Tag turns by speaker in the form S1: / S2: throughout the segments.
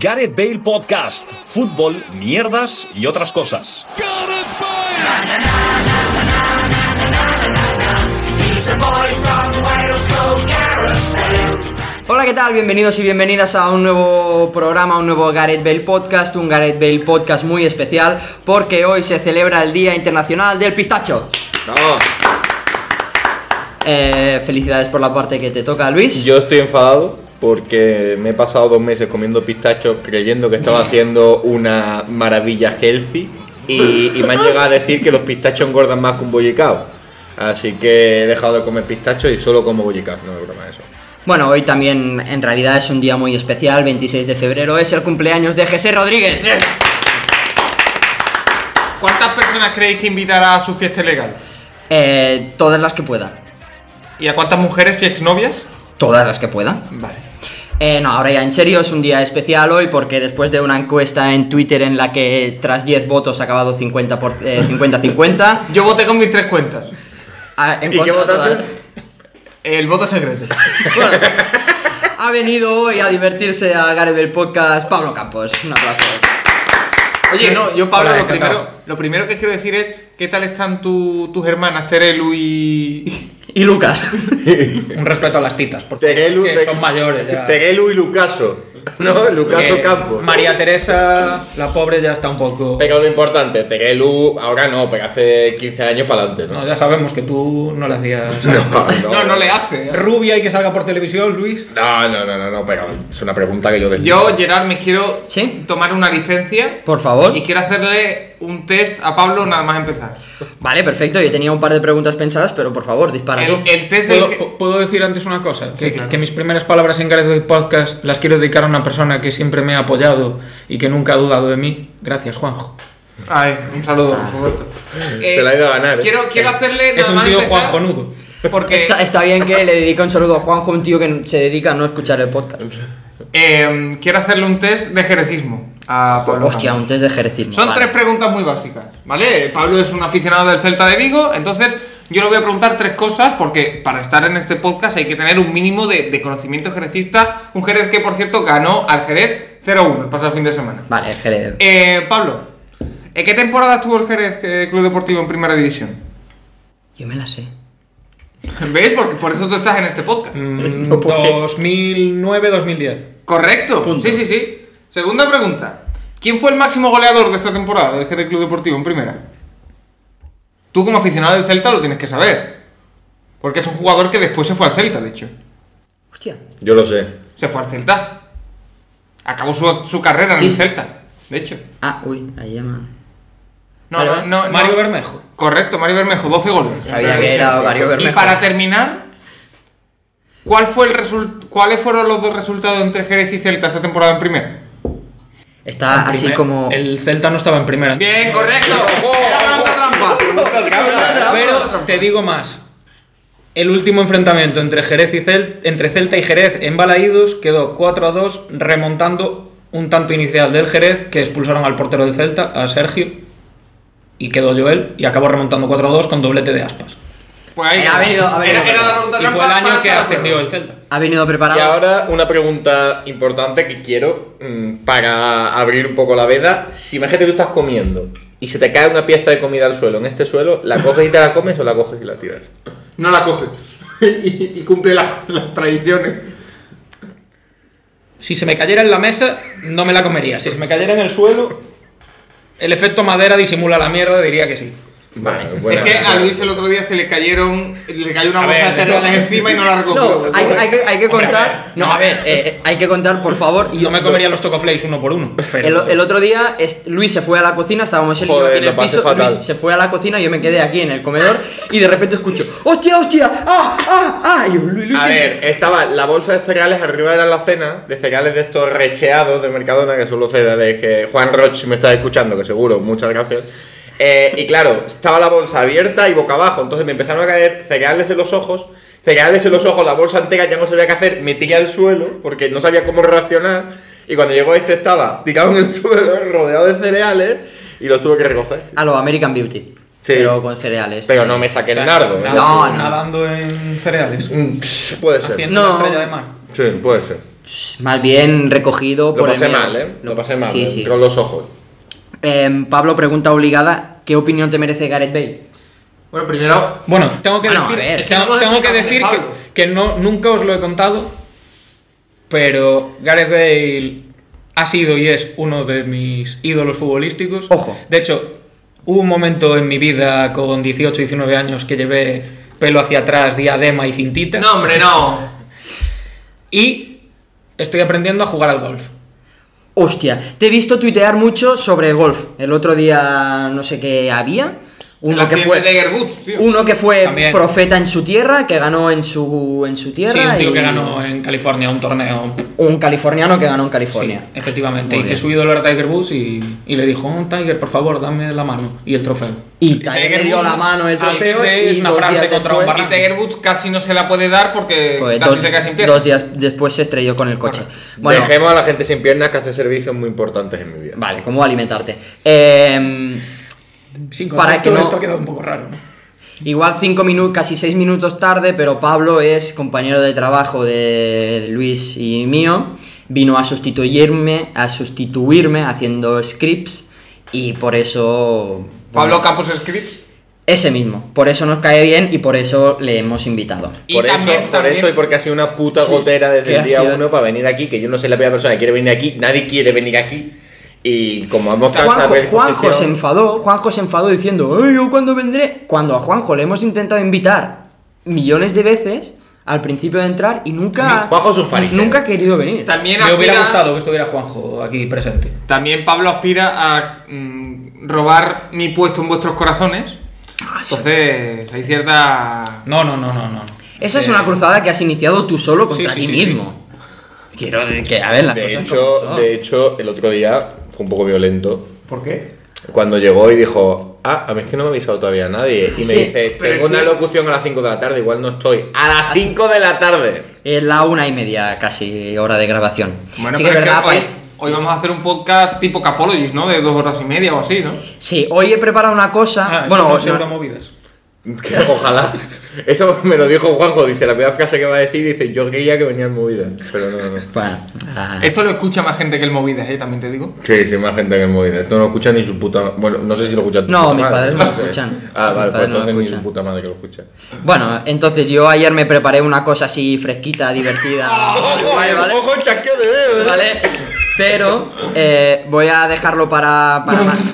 S1: Gareth Bale Podcast, fútbol, mierdas y otras cosas.
S2: Hola, ¿qué tal? Bienvenidos y bienvenidas a un nuevo programa, un nuevo Gareth Bale Podcast, un Gareth Bale Podcast muy especial porque hoy se celebra el Día Internacional del Pistacho. Eh, felicidades por la parte que te toca, Luis.
S3: Yo estoy enfadado porque me he pasado dos meses comiendo pistachos creyendo que estaba haciendo una maravilla healthy y, y me han llegado a decir que los pistachos engordan más que un bollicao. Así que he dejado de comer pistachos y solo como bollicaos, no es broma eso.
S2: Bueno, hoy también en realidad es un día muy especial, 26 de febrero, es el cumpleaños de José Rodríguez.
S4: ¿Cuántas personas creéis que invitará a su fiesta legal?
S2: Eh, todas las que pueda.
S4: ¿Y a cuántas mujeres y exnovias?
S2: Todas las que pueda.
S4: Vale.
S2: Eh, no, ahora ya en serio, es un día especial hoy porque después de una encuesta en Twitter en la que tras 10 votos ha acabado 50 por- eh, 50-50.
S4: Yo voté con mis tres cuentas.
S2: a- en
S3: ¿Y qué
S2: contra de todas-
S3: votaste?
S4: El voto secreto.
S2: Bueno, ha venido hoy a divertirse a Gareth del Podcast Pablo Campos. Un aplauso.
S4: Oye, no, yo Pablo,
S3: Hola,
S4: lo, primero,
S3: encantado.
S4: lo primero que quiero decir es ¿qué tal están tu- tus hermanas Terelu y...
S2: Y Lucas.
S5: Un respeto a las titas, porque
S3: Terelu,
S5: que
S3: Te-
S5: son mayores ya.
S3: Terelu y Lucaso, ¿no? Lucaso
S5: Que
S3: Campos.
S5: María Teresa, la pobre, ya está un poco.
S3: Pero lo importante, Terelu ahora no, pero hace 15 años para adelante, ¿no?
S5: No, ya sabemos que tú no le hacías.
S3: No,
S4: No, no le hace.
S5: Rubia y que salga por televisión, Luis.
S3: No, no, no, no, no, pero es una pregunta que yo deslizo.
S4: Yo, Gerard, me quiero
S2: ¿Sí?
S4: tomar una licencia
S2: Por favor.
S4: y quiero hacerle un test a Pablo nada más empezar.
S2: Vale, perfecto. Yo tenía un par de preguntas pensadas, pero por favor, dispara tú.
S4: El, el test del...
S5: ¿Puedo, pu- puedo decir antes una cosa?
S4: Sí,
S5: que,
S4: claro.
S5: que mis primeras palabras en Gareth Bale Podcast las quiero dedicar a una persona que siempre me ha apoyado y que nunca ha dudado de mí. Gracias, Juanjo.
S4: Ay, un saludo, por supuesto.
S3: Se la ha ido a ganar, ¿eh?
S4: Quiero, quiero hacerle nada
S5: Es un
S4: más
S5: tío
S4: empezar
S5: Juanjonudo.
S4: Porque...
S2: Está, está bien que le dedique un saludo a Juanjo, un tío que se dedica a no escuchar el podcast.
S4: Eh, quiero hacerle un test de jerecismo a Pablo.
S2: Hostia,
S4: Campos.
S2: un test de jerecismo.
S4: Son
S2: vale.
S4: tres preguntas muy básicas, ¿vale? Pablo es un aficionado del Celta de Vigo, entonces yo le voy a preguntar tres cosas porque para estar en este podcast hay que tener un mínimo de, de conocimiento jerezista. Un Jerez que, por cierto, ganó al Jerez 0-1 el pasado fin de semana.
S2: Vale, Jerez.
S4: Eh, Pablo, ¿en qué temporada estuvo el Jerez eh, Club Deportivo en Primera División?
S2: Yo me la sé.
S4: ¿Veis? Porque por eso tú estás en este podcast.
S5: Mm, 2009-2010.
S4: Correcto.
S2: Punto.
S4: Sí, sí, sí. Segunda pregunta. ¿Quién fue el máximo goleador de esta temporada del Jerez Club Deportivo en primera? Tú como aficionado del Celta lo tienes que saber. Porque es un jugador que después se fue al Celta, de hecho.
S2: Hostia.
S3: Yo lo sé.
S4: Se fue al Celta. Acabó su, su carrera
S2: Sí,
S4: en el
S2: sí.
S4: Celta, de hecho.
S2: Ah, uy, ahí llama.
S4: No,
S5: Vale,
S4: no,
S5: vale.
S4: no, no.
S5: Mario Bermejo.
S4: Correcto, Mario Bermejo, 12 goles.
S2: Sabía que era Mario Bermejo.
S4: Y para terminar, ¿cuál fue el result- ¿cuáles fueron los dos resultados entre Jerez y Celta esta temporada en primera?
S2: Está así
S5: Primer-
S2: como.
S5: El Celta no estaba en primera.
S4: Bien, correcto. Era trampa, trampa.
S5: Pero te digo más. El último enfrentamiento entre, Jerez y Cel- entre Celta y Jerez en Balaídos quedó 4 a 2, remontando un tanto inicial del Jerez que expulsaron al portero del Celta, a Sergio, y quedó Joel, y acabó remontando 4 a 2 con doblete de aspas.
S4: Pues ahí
S2: Eh, ha venido- ha venido.
S4: Era, era la pregunta
S5: Y
S4: trampa,
S5: fue el año
S4: pasa
S5: que
S4: la
S5: ascendió
S4: prueba.
S5: el Celta.
S2: Ha venido preparado.
S3: Y ahora una pregunta importante que quiero mm, para abrir un poco la veda. Si imagínate que tú estás comiendo y se te cae una pieza de comida al suelo, en este suelo, ¿la coges y te la comes o la coges y la tiras?
S4: No la coge. y, y cumple la- las tradiciones.
S5: Si se me cayera en la mesa, no me la comería. Si se me cayera en el suelo, el efecto madera disimula la mierda, diría que sí.
S3: Vale,
S4: es que a Luis el otro día se le cayeron. Le cayó una
S5: A
S4: bolsa
S5: ver,
S4: de cereales encima y no la recogió.
S2: No, hay, que- hay que, hay que contar. No, a ver, eh, eh, hay que contar, por favor. y-
S5: Yo me comería los chocoflakes uno por uno.
S2: El,
S5: pero-
S2: el otro día est- Luis se fue a la cocina, estábamos él y yo
S3: Joder,
S2: aquí en el
S3: lo pasé
S2: piso,
S3: fatal.
S2: Luis se fue a la cocina, yo me quedé aquí en el comedor y de repente escucho, ¡hostia, hostia! ¡Ah, ah, ah! Y yo, "Lu- Lu-
S3: A
S2: Lu-
S3: ver, estaba la bolsa de cereales arriba de la alacena, de cereales de estos recheados de Mercadona, que son los cereales que Juan Roch si me está escuchando, que seguro, muchas gracias. Eh, y claro, estaba la bolsa abierta y boca abajo, entonces me empezaron a caer cereales en los ojos, cereales en los ojos, la bolsa entera ya no sabía qué hacer, me tiré al suelo porque no sabía cómo reaccionar. Y cuando llegó este estaba tirado en el suelo, rodeado de cereales, y los tuve que recoger.
S2: A lo American Beauty, pero con cereales.
S3: Pero no me saqué el nardo. ¿eh?
S2: No, no.
S5: Nadando en cereales.
S3: Mm, pff, Puede ser.
S5: Haciendo
S2: No.
S5: una estrella de mar.
S3: Sí, puede ser.
S2: Más bien recogido
S3: Lo
S2: por el
S3: pasé
S2: miedo.
S3: mal, ¿eh? Lo pasé mal.
S2: Sí,
S3: me
S2: sí.
S3: entró los ojos.
S2: Em, Pablo, pregunta obligada: ¿qué opinión te merece Gareth Bale?
S4: Bueno, primero,
S5: Bueno, tengo que
S2: Bueno, Ah, a
S5: decir,
S2: ver.
S5: tengo,
S4: Es que no
S5: tengo
S4: lo
S5: que,
S4: explicamos,
S5: decir
S4: Pablo.
S5: que, que no, nunca os lo he contado, pero Gareth Bale ha sido y es uno de mis ídolos futbolísticos.
S2: Ojo.
S5: De hecho, hubo un momento en mi vida con 18, 19 años que llevé pelo hacia atrás, diadema y cintita.
S4: no, hombre, no.
S5: Y estoy aprendiendo a jugar al golf.
S2: Hostia, te he visto tuitear mucho sobre golf. El otro día, no sé qué había. Uno
S4: El
S2: que fue.
S4: accidente de Gergut, tío.
S2: Uno que fue
S5: También.
S2: profeta en su tierra, que ganó en su, en su tierra.
S5: Sí, un tío
S2: y
S5: que ganó en California un torneo.
S2: Un californiano que ganó en
S5: Sí,
S2: California.
S5: efectivamente.
S2: Muy
S5: y que
S2: bien.
S5: su ídolo era Tiger Woods y, y le dijo, "Oh, Tiger, por favor, dame la mano y el trofeo.
S2: Y Tiger le dio la mano el
S5: al que
S2: trofeo.
S5: es
S2: y
S5: una
S2: dos
S5: frase
S2: días
S5: contra un
S2: después-
S5: barranco.
S4: Y Tiger Woods casi no se la puede dar porque
S2: Pues
S4: casi
S2: dos,
S4: se queda sin pierna.
S2: dos días después se estrelló con el coche. Bueno,
S3: Dejemos a la gente sin piernas que hace servicios muy importantes en mi vida.
S2: vale, ¿cómo alimentarte? Eh,
S5: Sin
S2: Para
S5: contexto,
S2: que no-
S5: esto ha quedado un poco raro. ¿no?
S2: igual cinco minutos, casi seis minutos tarde, pero Pablo es compañero de trabajo de Luis y mío. Vino a sustituirme, a sustituirme haciendo scripts y por eso.
S4: Pablo
S2: bueno,
S4: Campos Scripts.
S2: Ese mismo. Por eso nos cae bien y por eso le hemos invitado.
S4: Y
S3: por,
S4: también-
S3: eso, por
S4: también-
S3: eso y porque ha sido una puta
S2: Sí,
S3: gotera
S2: que
S3: desde
S2: ha
S3: el día
S2: sido-
S3: uno para venir aquí, que yo no soy la primera persona que quiere venir aquí, nadie quiere venir aquí. Y como hemos mostrado esa
S2: Juanjo, Juanjo se
S3: predisposición-
S2: enfadó, Juanjo se enfadó diciendo, "Ay, yo cuándo vendré. Cuando a Juanjo le hemos intentado invitar millones de veces al principio de entrar y nunca.
S3: Juanjo es un fariseo.
S2: Nunca ha querido venir.
S4: También
S5: Me hubiera
S4: aspira-
S5: gustado que estuviera Juanjo aquí presente.
S4: También Pablo aspira a mm, robar mi puesto en vuestros corazones.
S2: Ah,
S4: Entonces, hay cierta.
S5: No, no, no, no, no.
S2: Esa es
S4: Eh,
S2: una cruzada que has iniciado tú solo contra
S5: sí,
S2: ti
S5: sí,
S2: mismo. Quiero de- que, a ver, las
S3: De
S2: cosas
S3: hecho,
S2: como son.
S3: de hecho, el otro día fue un poco violento.
S4: ¿Por qué?
S3: Cuando llegó y dijo, ah, a mí es que no me ha avisado todavía nadie. Y me
S2: Sí,
S3: dice,
S4: pero
S3: tengo
S4: es
S3: una
S4: que-
S3: locución a las 5 de la tarde, igual no estoy. A las 5 de la tarde.
S2: Es la una y media casi hora de grabación.
S4: Bueno,
S2: sí que
S4: pero
S2: es
S4: es que
S2: verdad, pues-
S4: hoy,
S2: parece-
S4: hoy vamos a hacer un podcast tipo Capologist, ¿no? De dos horas y media o así, ¿no?
S2: Sí, hoy he preparado una cosa.
S5: Ah,
S2: bueno,
S5: bueno,
S2: no-
S5: movidas.
S3: Que ojalá. Eso me lo dijo Juanjo, dice, la primera frase que va a decir, dice, yo creía que venían movidas. Pero no, no, no.
S2: bueno, ah,
S4: Esto lo escucha más gente que el Movidas, ¿eh? También te digo.
S3: Sí, sí, más gente que en movida. Esto no lo escucha ni su puta Bueno, no sé si lo escuchan tu
S2: No,
S3: puta
S2: mis
S3: madre,
S2: padres no lo
S3: sé.
S2: escuchan.
S3: Ah,
S2: Mis
S3: vale, pues
S2: padres no lo
S3: entonces ni su
S2: escuchan.
S3: puta madre que lo escucha.
S2: Bueno, entonces yo ayer me preparé una cosa así fresquita, divertida. vale, vale.
S3: ¡Ojo, el chasqueo de ¿eh? dedos!
S2: Vale, Pero eh, voy a dejarlo para. para más.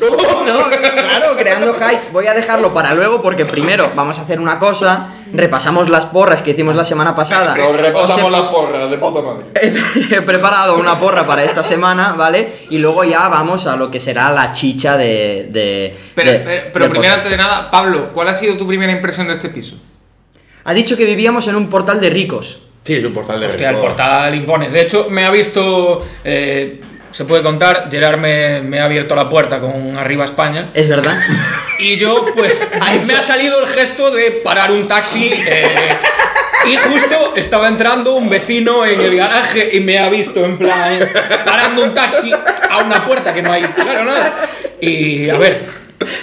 S2: No, claro, creando hype. Voy a dejarlo para luego porque primero vamos a hacer una cosa. Repasamos las porras que hicimos la semana pasada.
S3: Nos repasamos
S2: Os
S3: las porras, de puta madre.
S2: he- He preparado una porra para esta semana, ¿vale? Y luego ya vamos a lo que será la chicha de. de-
S4: Pero,
S2: de-
S4: pero, pero
S2: del
S4: primero,
S2: podcast.
S4: antes de nada, Pablo, ¿cuál ha sido tu primera impresión de este piso?
S2: Ha dicho que vivíamos en un portal de ricos.
S3: Sí, es un portal de
S5: Hostia, el
S3: rencor.
S5: portal impone. De hecho, me ha visto. eh, se puede contar, Gerard me, me ha abierto la puerta con Arriba España.
S2: Es verdad.
S5: Y yo, pues,
S2: Ha hecho-
S5: me ha salido el gesto de parar un taxi. eh, y justo estaba entrando un vecino en el garaje y me ha visto en plan eh, parando un taxi a una puerta que no hay. Claro, nada. Y a ver,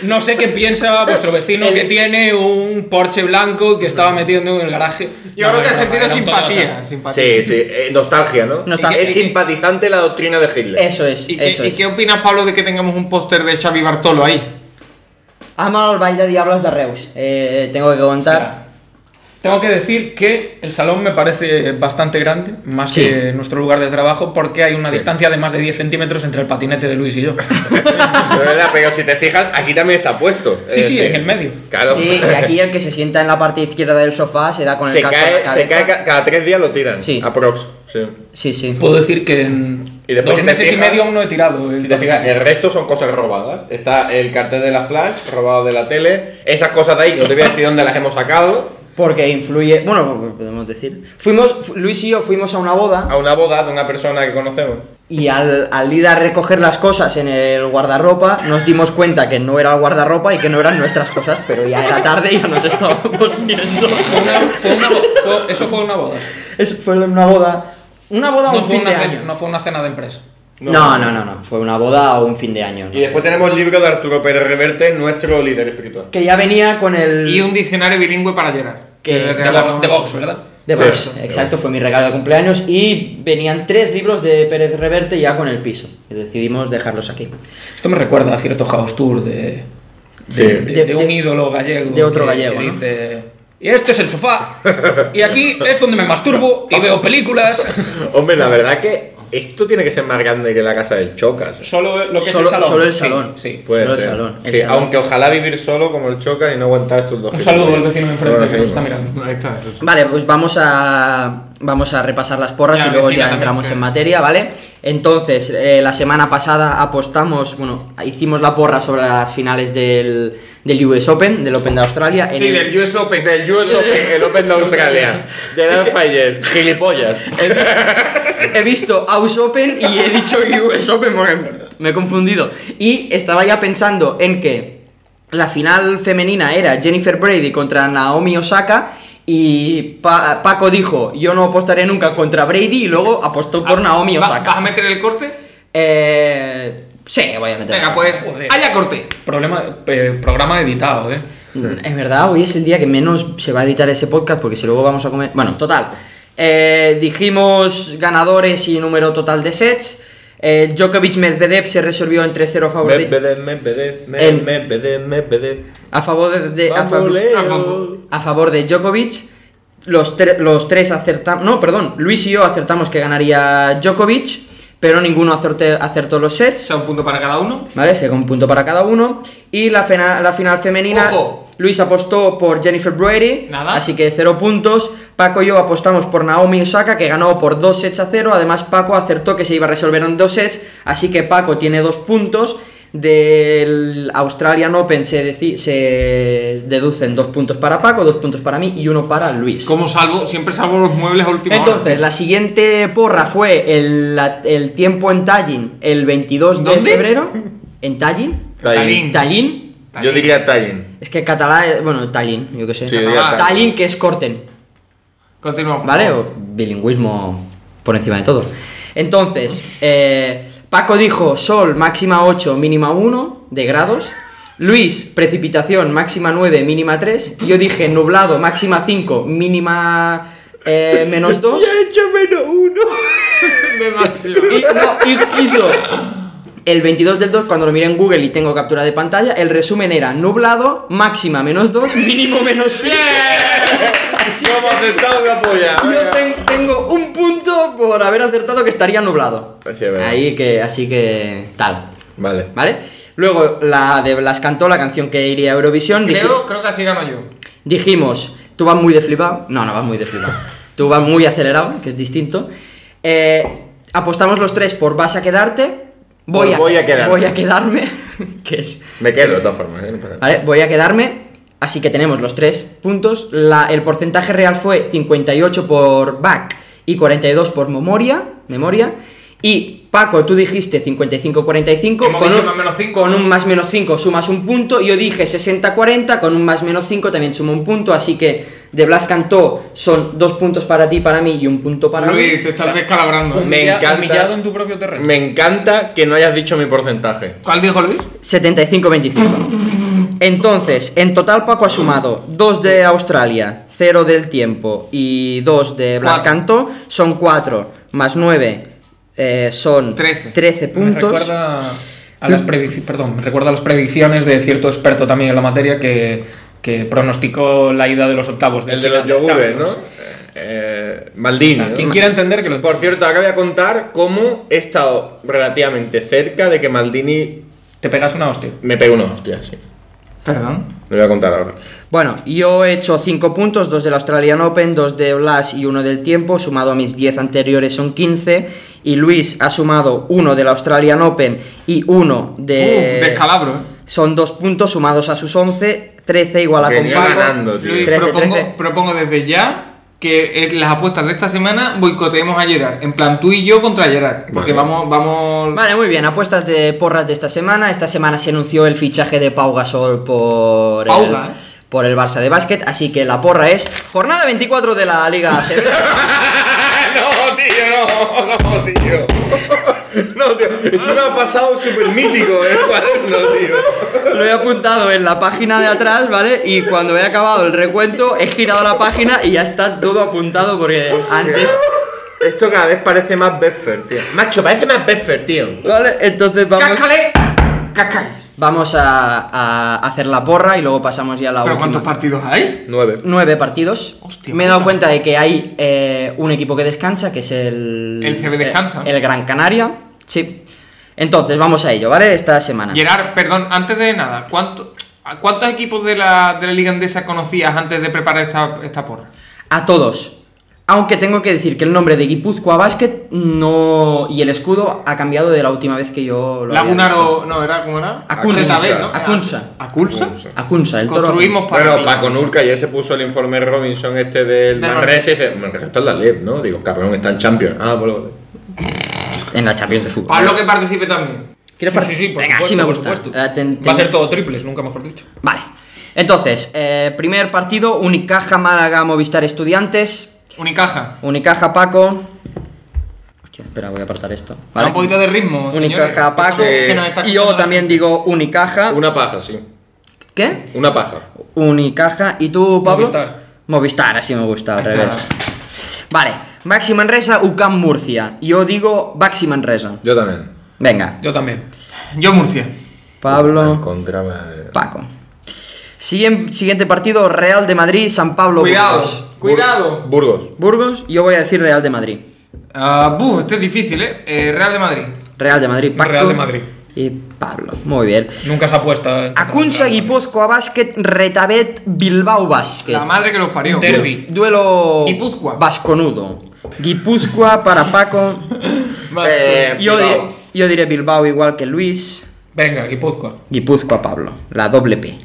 S5: no sé qué piensa vuestro vecino que tiene un Porsche blanco que estaba metiendo en el garaje.
S4: Yo
S5: No,
S4: creo que
S5: no,
S4: has
S5: no,
S4: sentido
S5: era un Toyota.
S4: simpatía. simpatía.
S3: Sí, sí, eh, nostalgia, ¿no?
S2: Nostalgia.
S3: Es simpatizante la doctrina de Hitler.
S2: Eso es,
S4: ¿Y, qué,
S2: eso
S4: y
S2: es.
S4: qué opinas, Pablo, de que tengamos un póster de Xavi Bartolo ahí?
S2: Ama el baile de Diablos de Reus. Eh, tengo que contar.
S5: Tengo que decir que el salón me parece bastante grande, más
S2: Sí.
S5: que nuestro lugar de trabajo, porque hay una distancia de más de 10 centímetros entre el patinete de Luis y yo.
S3: Pero, verdad, pero si te fijas, aquí también está puesto. Es
S5: Sí, sí,
S3: decir,
S5: en el medio.
S3: Claro.
S2: Sí, y aquí el que se sienta en la parte izquierda del sofá se da con el
S3: se
S2: casco en la
S3: cae,
S2: cabeza.
S3: se cae ca- cada tres días lo tiran.
S2: Sí.
S3: Aprox. Sí.
S2: Sí, sí.
S5: Puedo decir que en
S3: Y después
S5: dos
S3: si te
S5: meses
S3: fijas-
S5: y medio aún no he tirado. el
S3: Si te fijas,
S5: patinete.
S3: el resto son cosas robadas. Está el cartel de la flash, robado de la tele. Esas cosas de ahí, que no te voy a decir dónde las hemos sacado.
S2: Porque influye. Bueno, podemos decir. Fuimos, fu- Luis y yo fuimos a una boda
S3: A una boda de una persona que conocemos.
S2: y al, al ir a recoger las cosas en el guardarropa nos dimos cuenta que no era el guardarropa y que no eran nuestras cosas, pero ya era tarde y ya nos estábamos viendo.
S3: eh.
S5: Fue una- fue una bo- fue- eso fue una boda.
S2: Eso fue una boda. Una boda o
S5: No
S2: un
S5: fue
S2: fin
S5: una,
S2: de
S5: cena,
S2: año.
S5: no fue una cena de empresa.
S3: No.
S2: No, no, no, no. Fue una boda o un fin de año. ¿no?
S3: Y después tenemos el libro de Arturo Pérez Reverte, nuestro líder espiritual.
S2: Que ya venía con el.
S4: Y un diccionario bilingüe para Gerard.
S2: Que-
S4: le
S5: De,
S4: regalamos.
S5: bo- de box, ¿verdad?
S2: De De
S3: Sí,
S2: Marx,
S3: de
S2: exacto, fue mi regalo de cumpleaños y venían tres libros de Pérez Reverte ya con el piso. Y decidimos dejarlos aquí.
S5: Esto me recuerda a cierto house tour de, de,
S3: Sí.
S5: de-
S2: De-
S5: de un
S2: de-
S5: ídolo gallego.
S2: de otro
S5: que-
S2: gallego,
S5: que
S2: ¿no?
S5: dice. Y este es el sofá. Y aquí es donde me masturbo y veo películas.
S3: Hombre, la verdad que esto tiene que ser más grande que la casa del Chocas. ¿eh?
S5: Solo lo que
S2: Solo-
S5: es el salón.
S2: solo el
S5: Sí,
S2: salón.
S5: Sí.
S3: Puede
S2: Solo el
S3: ser.
S2: salón, el
S3: Sí,
S2: salón.
S3: Aunque ojalá vivir solo como el Chocas y no aguantar estos dos.
S5: Un saludo
S3: gilipollas.
S5: del vecino de
S3: Bueno,
S5: enfrente que nos
S3: seguimos.
S5: está mirando.
S4: Ahí está. eso es.
S2: Vale, pues vamos a vamos a repasar las porras
S4: Ya,
S2: y luego
S4: vecina
S2: ya
S4: también,
S2: entramos
S4: que-
S2: en materia, ¿vale? Entonces, eh, la semana pasada apostamos, bueno, hicimos la porra sobre las finales del, del US Open, del Open de Australia. en
S3: Sí,
S2: el-
S3: del US Open, del US Open, el Open de Australia. Gerard Fayer, gilipollas.
S2: He visto House Open y he dicho US Open porque me he confundido. Y estaba ya pensando en que la final femenina era Jennifer Brady contra Naomi Osaka. Y Pa- Paco dijo, yo no apostaré nunca contra Brady y luego apostó por
S4: Ah,
S2: Naomi
S4: ¿va-
S2: Osaka.
S4: ¿Vas a meter el corte?
S2: Eh, sí, voy a meter.
S4: Venga, pues.
S5: Joder.
S4: Haya corte.
S5: Problema, eh, programa editado, ¿eh?
S2: Es verdad, hoy es el día que menos se va a editar ese podcast porque si luego vamos a comer. Bueno, total. Eh, dijimos ganadores y número total de sets. Eh, Djokovic Medvedev se resolvió entre 0 a favor de,
S3: Medvedev, Medvedev,
S2: El-
S3: Medvedev, Medvedev.
S2: a favor de, de- a, fa-
S3: Vamos,
S4: vamos.
S3: Leo.
S2: a favor de Djokovic. Los, tre- los tres acertamos. No, perdón. Luis y yo acertamos que ganaría Djokovic, pero ninguno acerté- acertó los
S4: O
S2: sets.
S4: sea, un punto para cada uno.
S2: ¿Vale? Se con un punto para cada uno. Y la, fena- la final femenina.
S4: Ojo.
S2: Luis apostó por Jennifer Brady.
S4: Nada.
S2: Así que cero puntos. Paco y yo apostamos por Naomi Osaka, que ganó por dos sets a cero. Además, Paco acertó que se iba a resolver en dos sets. Así que Paco tiene dos puntos. Del Australian Open se, deci- se deducen dos puntos para Paco, dos puntos para mí y uno para Luis.
S4: Como salvo, siempre salvo los muebles a última hora.
S2: Entonces, la siguiente porra fue el, la- el tiempo en Tallinn el 22 de
S4: ¿Dónde?
S2: febrero. ¿En Tallinn?
S4: Tallinn.
S2: Tallinn.
S3: Yo diría Tallinn.
S2: Es que catalán, es- bueno, Tallinn, yo qué sé.
S3: Sí,
S2: Catalán.
S3: diría Tallinn.
S2: Tallinn que es Corten,
S4: Continuamos.
S2: ¿vale? O bilingüismo por encima de todo. Entonces, eh, Paco dijo sol máxima 8, mínima 1 de grados. Luis, precipitación máxima 9, mínima 3. Yo dije nublado máxima 5, mínima eh, menos 2.
S3: he hecho menos uno.
S2: Y- no, hi- hizo el 22 del 2, cuando lo miré en Google y tengo captura de pantalla, el resumen era nublado, máxima menos 2, mínimo menos 7.
S3: Hemos aceptado una polla.
S2: Yo
S3: venga.
S2: ten- tengo un punto por haber acertado que estaría nublado.
S3: Así es, verdad.
S2: Ahí que, así que tal,
S3: Vale.
S2: ¿vale? Luego la de Blas cantó la canción que iría a Eurovisión. dij-
S4: Creo, creo que aquí gano yo.
S2: dijimos, tú vas muy de flipado. No, no vas muy de flipado. tú vas muy acelerado, que es distinto. Eh, apostamos los tres por vas a quedarte. Voy,
S3: Por Pues
S2: a,
S3: voy a quedarme.
S2: voy a quedarme. que es
S3: Me quedo de todas formas. ¿eh? No pasa nada.
S2: ¿Vale? Voy a quedarme. Así que tenemos los tres puntos. La- el porcentaje real fue 58 por back y 42 por memoria. memoria. Y Paco, tú dijiste 55-45.
S4: Hemos dicho más menos cinco.
S2: con un más menos 5 sumas un punto. Yo dije 60-40. Con un más menos 5 también sumo un punto. Así que de Blas Cantó son dos puntos para ti, para mí y un punto para
S4: Luis,
S2: Luis.
S4: te estás descalabrando.
S3: Me
S5: Humilla-
S3: encanta.
S5: Humillado en tu propio terreno.
S3: Me encanta que no hayas dicho mi porcentaje.
S4: ¿eh? ¿Cuál dijo Luis?
S2: 75-25. Entonces, en total Paco ha sumado 2 de Australia, 0 del tiempo y 2 de Blas
S4: Cuatro.
S2: Cantó, son 4 más 9 son
S4: Trece.
S2: 13
S5: Me
S2: puntos.
S5: recuerda a las predicciones, perdón, me recuerda a las predicciones de cierto experto también en la materia que, que pronosticó la ida de los octavos.
S3: El de los
S5: Finlandia
S3: yogures, ¿no?
S5: Champions.
S3: Eh, Maldini. ¿no?
S5: Quien quiera entender que lo
S3: Por cierto, acabo de contar cómo he estado relativamente cerca de que Maldini
S5: te pegas una hostia.
S3: me pegue una hostia. Sí.
S4: Perdón.
S3: Lo voy a contar ahora.
S2: Bueno, yo he hecho 5 puntos, 2 del Australian Open, 2 de Blas y 1 del tiempo, sumado a mis 10 anteriores son 15 y Luis ha sumado 1 del Australian Open y 1 de...
S4: Uf, descalabro, ¿eh?
S2: Son 2 puntos sumados a sus 11, 13 igual a
S3: Venía
S2: Paco.
S3: ganando, tío.
S4: Luis,
S2: 13,
S4: propongo,
S2: 13.
S4: propongo desde ya que eh, las apuestas de esta semana boicoteemos a Gerard. En plan, tú y yo contra Gerard. Porque
S3: Vale.
S4: vamos, vamos.
S2: Vale, muy bien, apuestas de porras de esta semana. Esta semana se anunció el fichaje de Pau Gasol por,
S4: Pau
S2: el,
S4: Gasol.
S2: por el Barça de básquet, así que la porra es jornada 24 de la Liga ACB.
S3: no, tío, no, no, tío. No, tío, encima ha pasado súper mítico eh, el cuaderno, tío.
S2: Lo he apuntado en la página de atrás, ¿vale? Y cuando he acabado el recuento, he girado la página y ya está todo apuntado porque antes.
S3: Esto cada vez parece más Bedford, tío. Macho, parece más Bedford, tío.
S2: ¿Vale? Entonces vamos.
S4: ¡Cáscale! ¡Cáscale!
S2: Vamos a, a hacer la porra y luego pasamos ya a la
S4: ¿Pero
S2: última.
S4: cuántos partidos hay?
S3: Nueve.
S2: Nueve partidos.
S4: Hostia,
S2: Me he dado
S4: puta.
S2: cuenta de que hay eh, un equipo que descansa, que es el. eh,
S4: El CB descansa.
S2: El, Gran Canaria. Sí. Entonces, vamos a ello, ¿vale? Esta semana.
S4: Gerard, perdón, antes de nada, ¿cuánto- a ¿cuántos equipos de la, de la Liga Andesa conocías antes de preparar esta, esta porra?
S2: A todos. Aunque tengo que decir que el nombre de Guipúzcoa Basket no. y el escudo ha cambiado de la última vez que yo lo. había visto.
S4: Lagunaro, no, era, ¿cómo era?
S2: Acunsa.
S4: ZB, ¿no?
S2: Acunsa.
S4: ¿Acunsa?
S2: Acunsa, el toro.
S4: Construimos para
S3: Bueno,
S4: ti.
S3: Paco Nurca ya se puso el informe Robinson este del
S4: Del
S3: Manresa y dice, Manresa está en la LED, ¿no? Digo, cabrón, está en Champions. Ah, pues vale.
S2: En la Champions de fútbol.
S4: Pablo que participe también.
S2: ¿Quieres
S5: Sí,
S2: part-
S5: sí, sí, por
S2: Venga,
S5: supuesto,
S2: sí me
S5: por
S2: gusta.
S5: supuesto.
S2: Eh, ten-
S5: Va
S2: ten-
S5: a ser todo triples, nunca mejor dicho.
S2: Vale. Entonces, eh, primer partido: Unicaja, Málaga, Movistar, Estudiantes.
S4: Unicaja.
S2: Unicaja Paco. Hostia, espera, voy a apartar esto. Vale.
S4: Un poquito de ritmo.
S2: Unicaja
S4: señores.
S2: Paco.
S4: Que
S3: Eh,
S4: nos está
S2: Y yo
S4: costando-
S2: también digo Unicaja.
S3: Una paja, sí.
S2: ¿Qué?
S3: Una paja.
S2: Unicaja. ¿Y tú, Pablo?
S5: Movistar.
S2: Movistar, así me gusta, al
S4: Ahí está.
S2: revés. Vale. Baxi Manresa, UCAM Murcia. Yo digo Baxi Manresa.
S3: Yo también.
S2: Venga.
S5: Yo también.
S4: Yo Murcia.
S3: En
S2: Pablo,
S3: contra me-
S2: Paco. Siguien- siguiente partido, Real de Madrid, San Pablo.
S4: Cuidado.
S2: Burgos.
S4: Cuidado.
S3: Bur- Burgos.
S2: Burgos, yo voy a decir Real de Madrid.
S4: Ah, buh, esto es difícil, ¿eh? Eh, Real de Madrid.
S2: Real de Madrid, Paco.
S5: Real de Madrid.
S2: Y Pablo. Muy bien.
S5: Nunca se apuesta. en contra
S2: Acunsa,
S5: del Real Madrid.
S2: Guipúzcoa Basket, Retabet, Bilbao Basket.
S4: La madre que los parió.
S5: Derbi.
S2: Duelo
S4: Guipúzcoa.
S2: vasconudo. Guipúzcoa para Paco.
S3: Eh,
S2: yo, di-
S3: Bilbao.
S2: yo diré Bilbao igual que Luis.
S5: Venga, Guipúzcoa.
S2: Guipúzcoa Pablo. La doble P.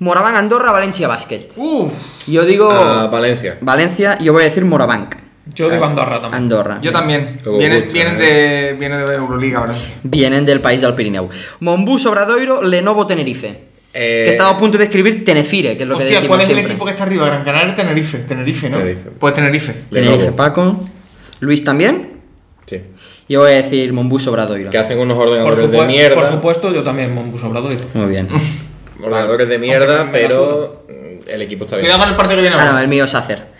S2: Moraván, Andorra, Valencia Basket.
S4: Uf,
S2: Yo digo
S3: Ah, Valencia.
S2: Valencia, yo voy a decir Moraván.
S5: Yo
S2: Ah,
S5: digo Andorra también.
S2: Andorra.
S4: yo también.
S3: Todo
S4: Vienen,
S3: gusto,
S4: vienen, de, vienen de Euroliga ahora.
S2: Vienen del país del Pirineu. Mombú, Sobradoiro, Lenovo, Tenerife.
S3: Eh,
S2: Que estaba a punto de escribir Tenefire, que es lo que
S4: Hostia,
S2: decimos
S4: ¿cuál es el
S2: siempre.
S4: equipo que está arriba? Gran Canaria o Tenerife. Tenerife, ¿no?
S3: Tenerife.
S4: Pues Tenerife.
S2: Tenerife,
S3: Lenovo.
S2: Paco. Luis también.
S3: Sí.
S2: Yo voy a decir Mombú, Sobradoiro.
S3: Que hacen unos
S5: Por,
S3: ordenadores de
S5: supue-
S3: mierda.
S5: por supuesto, yo también, Mombus Obradoiro.
S2: Muy bien.
S3: Ordenadores de mierda, pero mm, el equipo está bien.
S4: Cuidado con el partido que viene
S2: Ah, no,
S4: ahora.
S2: el mío es hacer.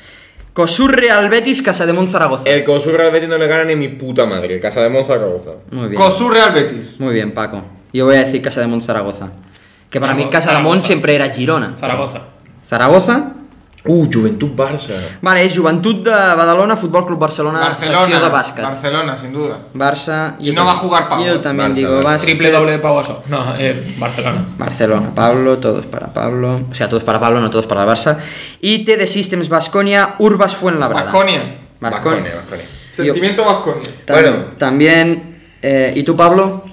S2: Cosur Real Betis, Casa de Zaragoza.
S3: El Consul Real Betis no le gana ni mi puta madre. Casa de Monzaragoza.
S2: Muy bien.
S4: Cosur Real Betis.
S2: Muy bien, Paco. Yo voy a decir Casa de Zaragoza. Que para mí
S5: Zaragoza.
S2: Casa de Mon siempre era Girona.
S5: Zaragoza.
S2: Zaragoza.
S3: Uh, Juventud Barça.
S2: Vale, és Joventut de Badalona, Futbol Club Barcelona, secció de
S4: Barcelona.
S2: bàsquet.
S4: Barcelona, sin duda.
S2: Barça...
S4: Y no va a jugar Pau.
S2: Yo también
S3: Barça,
S2: em digo
S3: Barça.
S2: básquet.
S5: Triple doble de Pau Gasol. No, eh, Barcelona.
S2: Barcelona, Pablo, todos para Pablo. O sea, todos para Pablo, no todos para el Barça. Y TD Systems, Basconia, Urbas Fuenlabrada.
S4: Vasconia.
S2: Basconia.
S3: Vasconia, Vasconia.
S4: Sentimiento Vasconia.
S3: Bueno.
S2: También... eh, ¿Y tú, Pablo?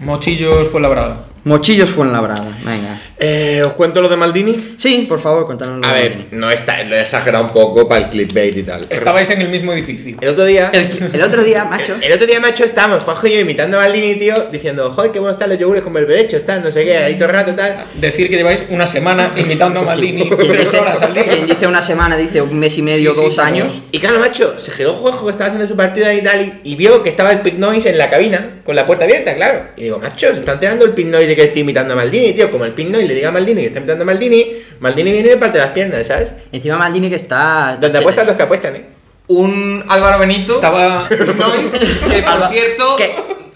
S5: Mochillos fue labrada.
S2: Mochillos Fuenlabrada, venga.
S3: Eh, ¿Os cuento lo de Maldini?
S2: Sí, por favor, contanos.
S3: A ver, no está, lo he exagerado un poco para el clickbait y tal.
S5: Estabais en el mismo edificio.
S3: El otro día.
S2: El, el otro día, macho.
S3: El otro día, macho, estábamos, Juanjo y yo, imitando a Maldini, tío, diciendo, joder, qué bueno están los yogures con berberecho, tal, no sé qué, ahí todo el rato, tal.
S5: Decir que lleváis una semana imitando a Maldini
S2: Quien
S5: tres
S2: dice-
S5: horas al
S2: quien
S5: día.
S2: dice una semana, dice un mes y medio,
S5: Sí, sí,
S2: dos
S5: sí,
S2: años.
S5: claro.
S3: Y claro, macho, se giró Juanjo que estaba haciendo su partido en Italia y vio que estaba el Pig Noise en la cabina, con la puerta abierta, claro. Y digo, macho, se está enterando el Pig Noise de que estoy imitando a Maldini, tío. Como el Pig Noise le diga a Maldini que está imitando a Maldini, Maldini viene y me parte las piernas, ¿sabes?
S2: Encima Maldini que está...
S3: Donde apuestan los que apuestan, ¿eh?
S4: Un Álvaro Benito.
S5: Estaba.
S4: Noy, que por
S2: Alba-
S4: cierto
S2: ¿Qué?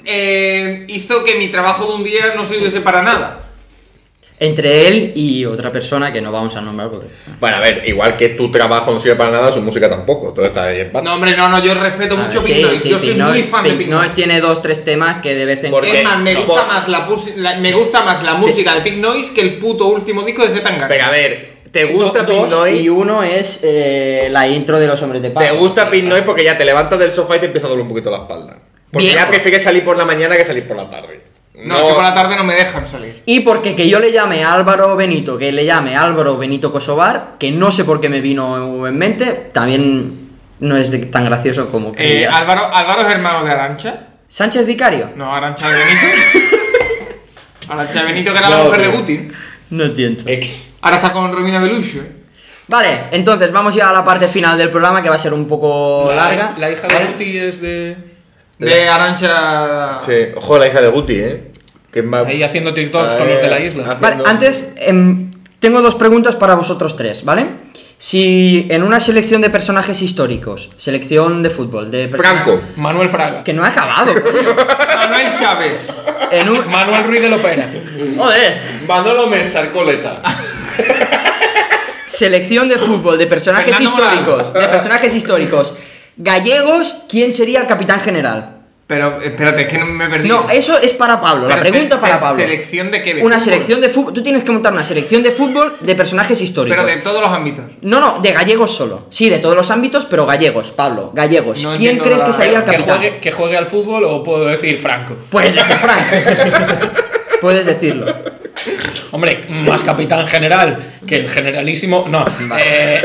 S4: eh, hizo que mi trabajo de un día no sirviese para nada.
S2: Entre él y otra persona que no vamos a nombrar porque...
S3: Bueno, a ver, igual que tu trabajo no sirve para nada, su música tampoco. Todo está ahí en paz.
S4: No, hombre, no, no, yo
S3: Ah,
S2: A
S4: respeto mucho
S2: ver,
S4: Pink Noise, yo soy
S2: Pink
S4: muy
S2: Noise-
S4: fan de
S2: Pink
S4: Pink
S2: Noise
S4: Noise.
S2: tiene dos, tres temas que de vez en
S3: Porque-
S4: Es más, me
S3: No, por-
S4: gusta más la, pus- la- me gusta más la música de Pink Noise que el puto último disco de Zetangana.
S3: Pero a ver, ¿te gusta
S2: Do-
S3: Pink
S2: dos y
S3: Noise?
S2: uno es eh, la intro de Los Hombres de Paz.
S3: ¿Te gusta Pink Noise? Porque ya te levantas del sofá y te empieza a doler un poquito la espalda. Porque
S2: Viejo.
S3: ya prefieres salir por la mañana que salir por la tarde.
S4: no, es que por la tarde no me dejan salir.
S2: Y porque que yo le llame Álvaro Benito, que le llame Álvaro Benito Kosovar, que no sé por qué me vino en mente, también no es de- tan gracioso como...
S4: Eh,
S2: creía.
S4: Álvaro, Álvaro es hermano de Arancha.
S2: Sánchez Vicario.
S4: No, Arancha de Benito. Arancha de Benito, que era la
S3: No,
S4: mujer de
S3: pero-
S4: Guti.
S2: No entiendo.
S3: Ex.
S4: Ahora está con Romina Belucho.
S2: Vale, entonces vamos ya a la parte final del programa que va a ser un poco larga.
S5: La hija de Guti es de.
S4: de Arancha.
S3: Eh. Sí, ojo, la hija de Guti, ¿eh? Que es más-
S5: Ahí haciendo TikToks
S3: Ah,
S5: con los de la
S3: eh,
S5: isla.
S3: hace-
S2: Vale,
S3: Haciendo-
S2: antes em, tengo dos preguntas para vosotros tres, ¿vale? Si en una selección de personajes históricos, selección de fútbol, de personajes-
S3: Franco.
S5: Manuel Fraga.
S2: Que no ha acabado, coño.
S4: Manuel Chávez.
S2: En un.
S5: Manuel Ruiz de Lopera.
S2: Joder.
S3: Manolo Mesar, coleta.
S2: Selección de fútbol, de personajes
S4: Fernando
S2: históricos. De personajes históricos. Gallegos, ¿quién sería el capitán general?
S4: Pero espérate, que no me perdí.
S2: No, eso es para Pablo. La
S4: Pero se-
S2: pregunta para
S4: se-
S2: Pablo.
S4: ¿Selección de qué? ¿De
S2: Una
S4: fútbol?
S2: selección de fútbol. Tú tienes que montar una selección de fútbol de personajes históricos.
S4: Pero de todos los ámbitos.
S2: No, no, de gallegos solo. Sí, de todos los ámbitos, pero gallegos, Pablo. Gallegos.
S4: No
S2: ¿Quién
S4: entiendo
S2: crees que
S4: nada.
S2: sería el
S5: que,
S2: capitán?
S5: juegue, que juegue al fútbol o puedo decir Franco.
S2: Puedes decir Frank. Puedes decirlo.
S5: Hombre, más capitán general que el generalísimo. No. Eh,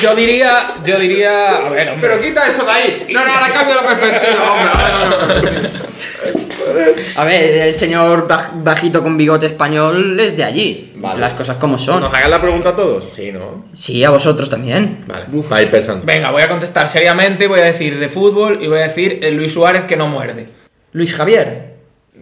S5: yo diría. Yo diría. A ver, hombre.
S4: Pero quita eso de ahí. No, no, ahora cambio la perspectiva, hombre. ahora no, no, no.
S2: A ver, el señor baj- bajito con bigote español es de allí.
S3: Vale.
S2: Las cosas como son.
S3: ¿Nos hagan la pregunta a todos? Sí, ¿no?
S2: Sí, a vosotros también.
S3: Vale, va a ir pensando.
S5: Venga, voy a contestar seriamente. Voy a decir de fútbol y voy a decir el Luis Suárez que no muerde.
S2: Luis Javier.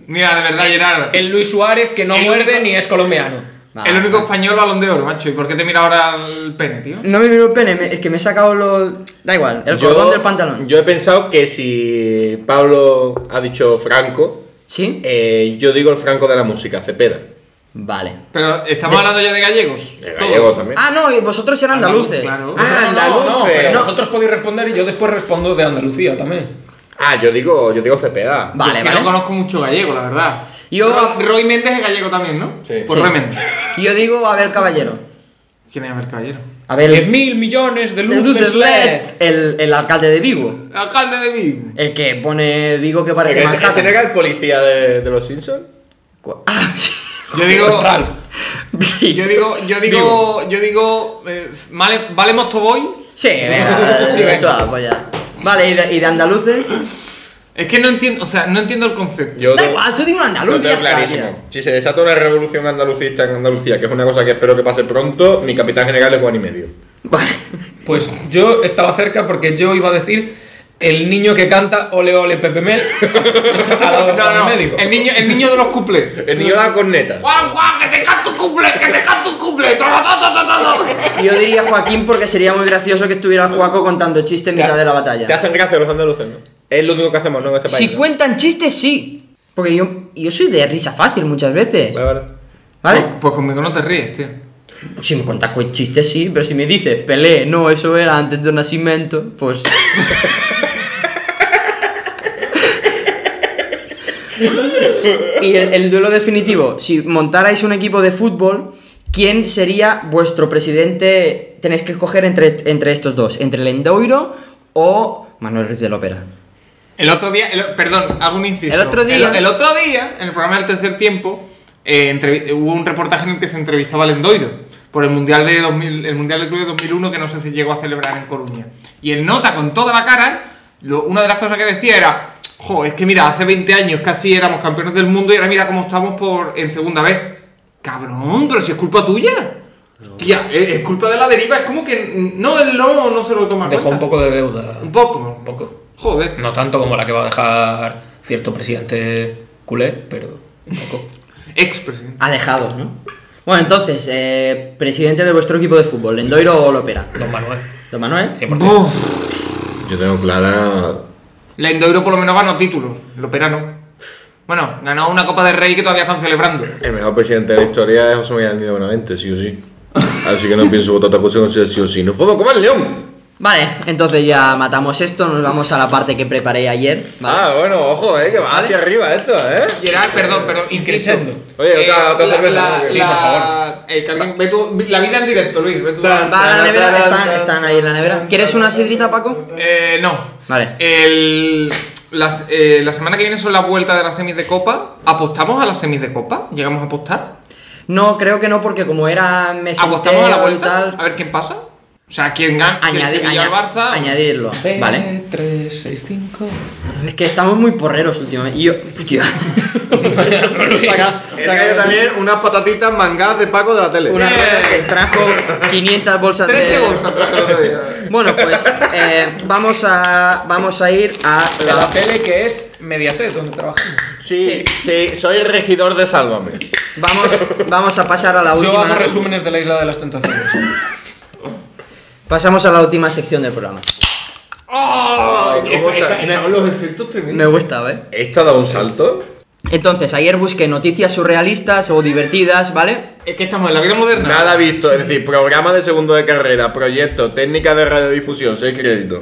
S4: Mira, de verdad, Gerard.
S5: El Luis Suárez que no
S4: El
S5: muerde
S4: único-
S5: ni es colombiano.
S2: Ah.
S4: El único español balón de oro, macho. ¿Y por qué te mira ahora el pene, tío?
S2: No me miro el pene, me- es que me he sacado los. Da igual, el cordón del pantalón.
S3: Yo he pensado que si Pablo ha dicho Franco,
S2: ¿Sí?
S3: eh, yo digo el Franco de la música, Cepeda.
S2: Vale.
S4: Pero estamos hablando ya de gallegos.
S3: El gallego
S4: Todos.
S3: también.
S2: Ah, no, y vosotros eran
S5: Andaluz,
S2: andaluces.
S4: claro.
S3: Ah,
S5: No, no,
S4: Eh,
S3: andaluces.
S5: pero
S3: No.
S5: vosotros podéis responder y yo después respondo de Andalucía también.
S3: Ah, yo digo, yo digo Cepeda.
S2: Va. Vale,
S4: Yo es que
S2: vale.
S4: no conozco mucho gallego, la verdad.
S2: Yo-
S4: Ro- Roy Méndez es gallego también, ¿no?
S3: Sí.
S4: Pues
S2: Sí.
S4: Roy Méndez.
S2: Yo digo Abel Caballero.
S4: ¿Quién es Abel Caballero?
S2: Abel.
S5: 10.000 millones de
S2: Luces
S5: luces E LED.
S2: El, el alcalde de Vigo.
S4: Alcalde de Vigo.
S2: El que pone Vigo que
S3: Porque
S2: parece
S3: ¿Ese, ese no
S2: Manhattan.
S3: era el policía de, de los Simpsons?
S2: Cu- Ah, sí.
S4: Yo digo.
S5: Ralph.
S2: Sí.
S4: Yo digo, yo digo, yo digo, eh, vale, vale Mostoboy.
S2: Sí, venga,
S5: Sí,
S2: sí,
S5: venga.
S2: eso va, pues ya. Vale, y de, y de andaluces.
S4: Es que no entiendo, o sea, no entiendo el concepto.
S3: Yo
S2: Da
S3: tengo-
S2: igual, tú dime un
S3: Lo
S2: andaluz.
S3: tengo
S2: ya está,
S3: clarísimo.
S2: tío.
S3: Si se desata una revolución andalucista en Andalucía, que es una cosa que espero que pase pronto, mi capitán general es Juan y medio.
S2: Vale.
S5: Pues yo estaba cerca porque yo iba a decir el niño que canta ole ole Pepe Mel. a la
S4: No,
S5: Juan
S4: no,
S5: y medio.
S4: el niño, el niño de los cuplés.
S3: El niño de la corneta.
S4: Juan, Juan, que te canto un cumple, que te canto un cumple. Todo, todo, todo, todo.
S2: Yo diría Joaquín porque sería muy gracioso que estuviera Joaco contando chistes en mitad de la batalla.
S3: Te hacen gracia los andaluces, ¿no? Es lo único que hacemos, ¿no? En este país.
S2: Si
S3: ¿no?
S2: cuentan chistes, sí. Porque yo, yo soy de risa fácil muchas veces.
S3: Vale, vale.
S2: ¿Vale?
S4: Pues, pues conmigo no te ríes, tío.
S2: Si me cuentas cu- chistes, sí. Pero si me dices, Pelé, no, eso era antes del nacimiento, pues. y el, el duelo definitivo. Si montarais un equipo de fútbol, ¿quién sería vuestro presidente? Tenéis que escoger entre, entre estos dos: entre Lendoiro o Manuel Ruiz de Lopera.
S4: El otro día, el- perdón, hago un inciso.
S2: El otro día.
S4: el, el otro día, en el programa del tercer tiempo, eh, entrevi- hubo un reportaje en el que se entrevistaba a Lendoiro por el mundial de 2000, el mundial del club de 2001 que no sé si llegó a celebrar en Coruña. Y el nota con toda la cara, lo- una de las cosas que decía era, jo, es que mira, hace 20 años casi éramos campeones del mundo y ahora mira cómo estamos por en segunda vez. Cabrón, pero si es culpa tuya. Hostia, es, es culpa de la deriva, es como que mm, no, él no, no se lo toma en
S5: Dejó un
S4: cuenta.
S5: poco de deuda.
S4: Un poco,
S5: Un poco.
S4: joder.
S5: No tanto como la que va a dejar cierto presidente culé, pero un poco.
S4: Expresidente.
S2: Alejados, ¿no? Bueno, entonces, eh, presidente de vuestro equipo de fútbol, Lendoiro o Lopera.
S5: Don Manuel.
S2: Don Manuel.
S5: 100%.
S3: Yo tengo clara.
S4: La Endoiro por lo menos ganó títulos, el Opera no. Bueno, ganó una Copa del Rey que todavía están celebrando.
S3: El mejor presidente de la historia es José Miguel Niño Buenavente, sí o sí. Así que no pienso votar otra cosa que no sea sí o sí. ¡Nos podemos comer león!
S2: Vale, entonces ya matamos esto, nos vamos a la parte que preparé ayer. ¿vale?
S3: Ah, bueno, ojo, eh, que va hacia arriba esto, eh.
S4: Gerard, perdón, perdón, inciso.
S5: Increchendo.
S3: Oye, otra- otra
S4: Eh, la-
S3: cerveza,
S4: la-
S3: ¿no? Sí,
S4: la-
S5: por favor.
S4: eh, que alguien- ve tú- la vida en directo, Luis, ve tú.
S3: Tan,
S2: Va a la nevera, están, están ahí en la nevera. ¿Quieres una sidrita, Paco?
S4: Eh, no.
S2: Vale.
S4: El- las- eh, la semana que viene son las vueltas de las semis de Copa. ¿Apostamos a las semis de Copa? ¿Llegamos a apostar?
S2: No, creo que no, porque como era mes
S4: ¿Apostamos a la
S2: y
S4: vuelta? Ah,
S2: tal.
S4: A ver quién pasa. O sea, quién gana. si el
S2: añadi-
S4: Sevilla
S2: aña-
S4: al Barça.
S2: Añadirlo, ¿vale?
S5: 3, 6, 5.
S2: Es que estamos muy porreros últimamente. Y yo. Tío. Saca- saca-
S3: también unas patatitas mangadas de Paco de la tele.
S2: Una
S4: Bien.
S2: rueda que trajo 500 bolsas de.
S4: Trece bolsas, traje el otro día.
S2: Bueno, pues eh, vamos, a, vamos a ir a
S5: De la tele que es Mediaset, donde trabajamos.
S3: Sí, sí, soy regidor de Sálvame.
S2: Vamos, vamos a pasar a la
S5: Yo
S2: última.
S5: hago resúmenes de la Isla de las Tentaciones.
S2: Pasamos a la última sección del programa.
S3: ¿Cómo se-
S4: los efectos tremendos.
S2: Me gusta, ¿eh?
S3: ¿Esto ha dado un salto?
S2: Entonces, ayer busqué noticias surrealistas o divertidas, ¿vale?
S4: Es que estamos en la vida moderna.
S3: Nada visto, es decir, programa de segundo de carrera, proyecto, técnica de radiodifusión, seis créditos.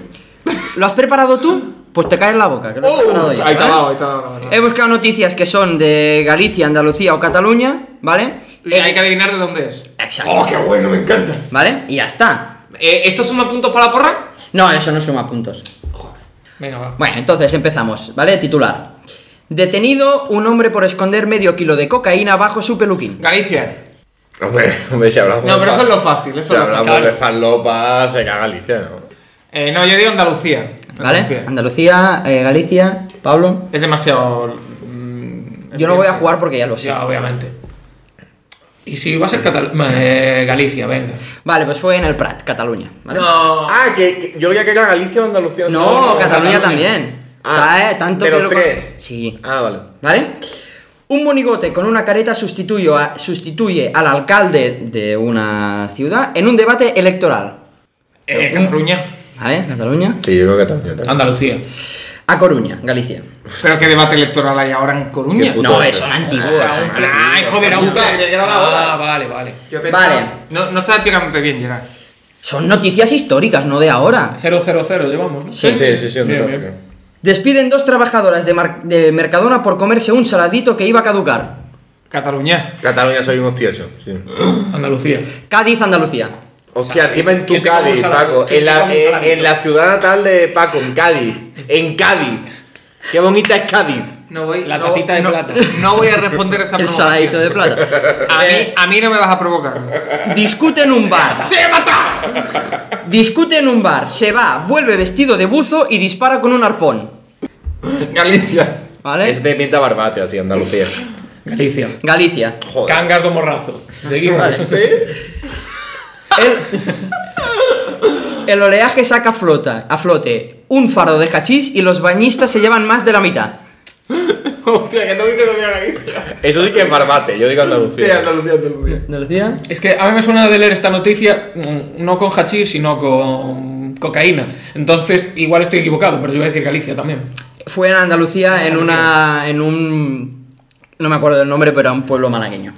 S2: ¿Lo has preparado tú? Pues te cae en la boca, que lo he preparado yo,
S4: Oh, ahí está,
S2: ¿vale?
S4: ahí está.
S2: He buscado noticias que son de Galicia, Andalucía o Cataluña, ¿vale? Eh,
S4: Y hay que adivinar de dónde es.
S2: Exacto.
S4: ¡Oh, qué bueno! Me encanta.
S2: ¿Vale? Y ya está.
S4: Eh, ¿Esto suma puntos para la porra?
S2: No, eso no suma puntos.
S5: Venga, va.
S2: Bueno, entonces empezamos, ¿vale? Titular. Detenido un hombre por esconder medio kilo de cocaína bajo su peluquín.
S4: Galicia.
S3: Hombre, hombre, si hablamos
S4: No,
S3: de
S4: pero
S3: fa-
S4: eso es lo fácil. Eso
S3: Si
S4: es lo
S3: hablamos
S4: fácil.
S3: de falopa, se caga Alicia, ¿no?
S4: Eh, no, yo digo Andalucía.
S2: ¿Vale?
S4: Andalucía.
S2: Andalucía, eh, Galicia, Pablo.
S4: Es demasiado. mm,
S2: Yo no voy a jugar porque ya lo sé.
S5: Ya, obviamente. Y si va a ser Catal- ma- eh, Galicia, venga.
S2: Vale, pues fue en el Prat, Cataluña. ¿vale?
S4: No.
S3: Ah, que, que- yo creía que era Galicia o Andalucía.
S2: No,
S4: no,
S2: Cataluña,
S4: Cataluña.
S2: también.
S3: Ah,
S2: Está, eh, tanto
S3: de
S2: que
S3: los
S2: lo-
S3: tres.
S2: Sí.
S3: Ah, vale.
S2: ¿Vale? Un monigote con una careta sustituyo a- sustituye al alcalde de una ciudad en un debate electoral.
S4: Eh, Cataluña.
S2: ¿Vale? Cataluña.
S3: Sí, yo creo que también.
S5: Andalucía.
S2: A Coruña, Galicia.
S4: uh, Pero qué debate electoral hay ahora en Coruña.
S3: Qué puto
S2: No,
S3: hombre.
S2: son antiguos. son
S4: Ah, Ay, joder, auta.
S5: Ah, vale, vale.
S4: Yo pensaba-
S2: Vale.
S4: No, no estás explicándote bien, Gerard.
S2: Son noticias históricas, no de ahora.
S5: 000 llevamos, ¿no?
S3: Sí, sí, sí, sí, un
S5: Bien,
S3: desastre.
S5: bien.
S2: Despiden dos trabajadoras de, Mar- de Mercadona por comerse un saladito que iba a caducar.
S4: Cataluña.
S3: Cataluña soy un hostioso, sí.
S5: Andalucía.
S2: Cádiz, Andalucía.
S3: Hostia, encima en tu
S5: ¿quién se come
S3: Cádiz,
S5: un saladito?
S3: Paco.
S5: ¿Quién
S3: En
S5: se
S3: la,
S5: come un
S3: en-
S5: saladito?
S3: en la ciudad natal de Paco, en Cádiz. En Cádiz. Qué bonita es Cádiz.
S4: No voy,
S5: La
S4: no-
S5: tacita de
S4: no-
S5: plata.
S4: No voy a responder esa
S2: El
S4: provocación.
S2: saladito de plata.
S4: A mí, a mí no me vas a provocar.
S2: Discute en un bar.
S4: ¡Te he matado!
S2: Discute en un bar. Se va, vuelve vestido de buzo y dispara con un arpón.
S4: Galicia.
S2: ¿Vale?
S3: Es de pinta barbate, así, Andalucía.
S5: Galicia.
S2: Galicia.
S3: Joder.
S5: Cangas do Morrazo. Seguimos.
S2: El, el oleaje saca flota, a flote un fardo de hachís y los bañistas se llevan más de la mitad.
S4: Hostia, que no viste lo que era Galicia.
S3: Eso sí que es barbate, yo digo
S4: Sí,
S3: Andalucía.
S4: Andalucía, Andalucía.
S2: ¿Andalucía?
S5: Es que a mí me suena de leer esta noticia mm, no con hachís, sino con cocaína. Entonces, igual estoy equivocado, pero yo voy a decir Galicia también.
S2: Fue en Andalucía en una. en un. no me acuerdo del nombre, pero era un pueblo malagueño.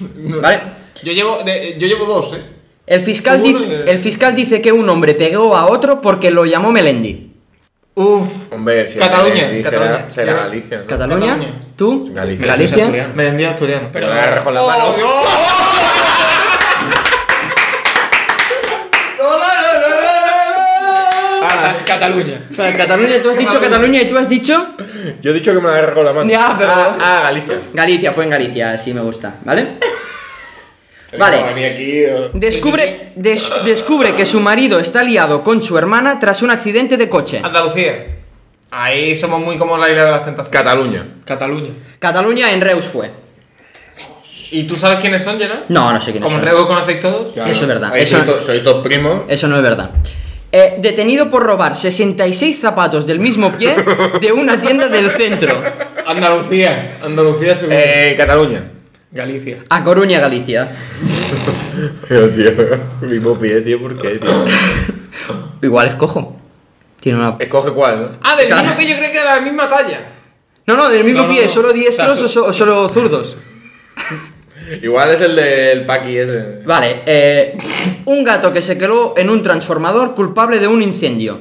S2: ¿Vale?
S4: Yo llevo, de- yo llevo dos, eh.
S2: El fiscal,
S4: Seguro
S2: dice,
S4: que-
S2: el fiscal dice que un hombre pegó a otro porque lo llamó Melendi.
S4: Uf.
S3: Hombre, si
S4: Cataluña,
S3: Melendi
S4: Cataluña.
S3: será, será
S4: Ya.
S3: Galicia. ¿no?
S2: ¿Cataluña?
S4: Cataluña.
S2: ¿Tú?
S3: Galicia.
S2: ¿Galicia?
S5: Asturiano.
S4: Me vendí asturiano.
S5: Pero-
S3: Lo agarras con la mano.
S4: ¡Oh, Dios! Ah.
S3: Ah,
S5: Cata- Cataluña.
S2: O sea, Cataluña, tú has dicho Cataluña y tú has dicho.
S3: Yo he dicho que me la agarro con la mano.
S2: Ya, pero-
S3: Ah, ah, Galicia.
S2: Galicia, fue en Galicia, sí me gusta, ¿vale?
S3: Venga,
S2: Vale.
S3: vení aquí, eh.
S2: Descubre, des- descubre que su marido está liado con su hermana tras un accidente de coche.
S4: Andalucía. Ahí somos muy como la isla de las tentaciones.
S3: Cataluña.
S5: Cataluña.
S2: Cataluña en Reus fue.
S4: ¿Y tú sabes quiénes son, Gerard?
S2: No, no sé quién es.
S4: Como en Rego conocéis todos.
S2: Claro. Eso es verdad.
S3: Ahí
S2: Eso-
S3: soy to- Soy tus primos.
S2: Eso no es verdad. Eh, detenido por robar 66 zapatos del mismo pie de una tienda del centro.
S4: Andalucía. Andalucía seguro.
S3: Eh, Cataluña.
S5: Galicia.
S2: A Coruña, Galicia.
S3: Pero, tío, mismo pie, tío, ¿por qué, tío?
S2: Igual es cojo. Tiene una...
S3: Escoge cuál, ¿no?
S4: Ah, del mismo
S2: Claro.
S4: pie yo creo que era de la misma talla.
S2: No, no, del mismo
S5: No, no,
S2: pie,
S5: no.
S2: solo diestros
S5: Exacto.
S2: o, so- o solo zurdos.
S3: Igual es el del Paqui ese.
S2: Vale, eh, un gato que se quedó en un transformador culpable de un incendio.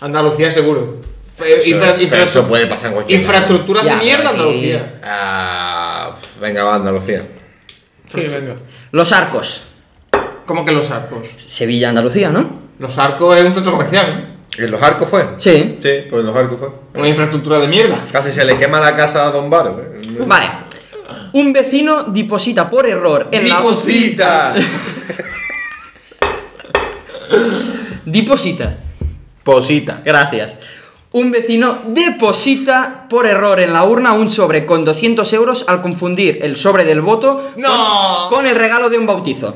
S4: Andalucía seguro. Eh,
S3: Eso,
S4: infra-
S3: pero
S4: infra-
S3: eso puede pasar en cualquier lado.
S4: Infraestructuras
S2: Ya,
S4: de
S2: pero
S4: mierda,
S2: aquí-
S4: Andalucía.
S3: Ah, venga, va, Andalucía.
S5: Sí, venga.
S2: Los arcos.
S4: ¿Cómo que los arcos?
S2: Sevilla, Andalucía, ¿no?
S4: Los arcos es un centro comercial.
S3: ¿En los arcos fue?
S2: Sí.
S3: Sí, pues en los arcos fue.
S4: ¿eh? Una infraestructura de mierda.
S3: Casi se le quema la casa a Don Baro. ¿eh?
S2: Vale. Un vecino deposita por error en la...
S3: ¡Diposita!
S2: Deposita.
S3: Posita.
S2: Gracias. Un vecino deposita por error en la urna un sobre con 200 euros al confundir el sobre del voto
S4: ¡No!
S2: con el regalo de un bautizo.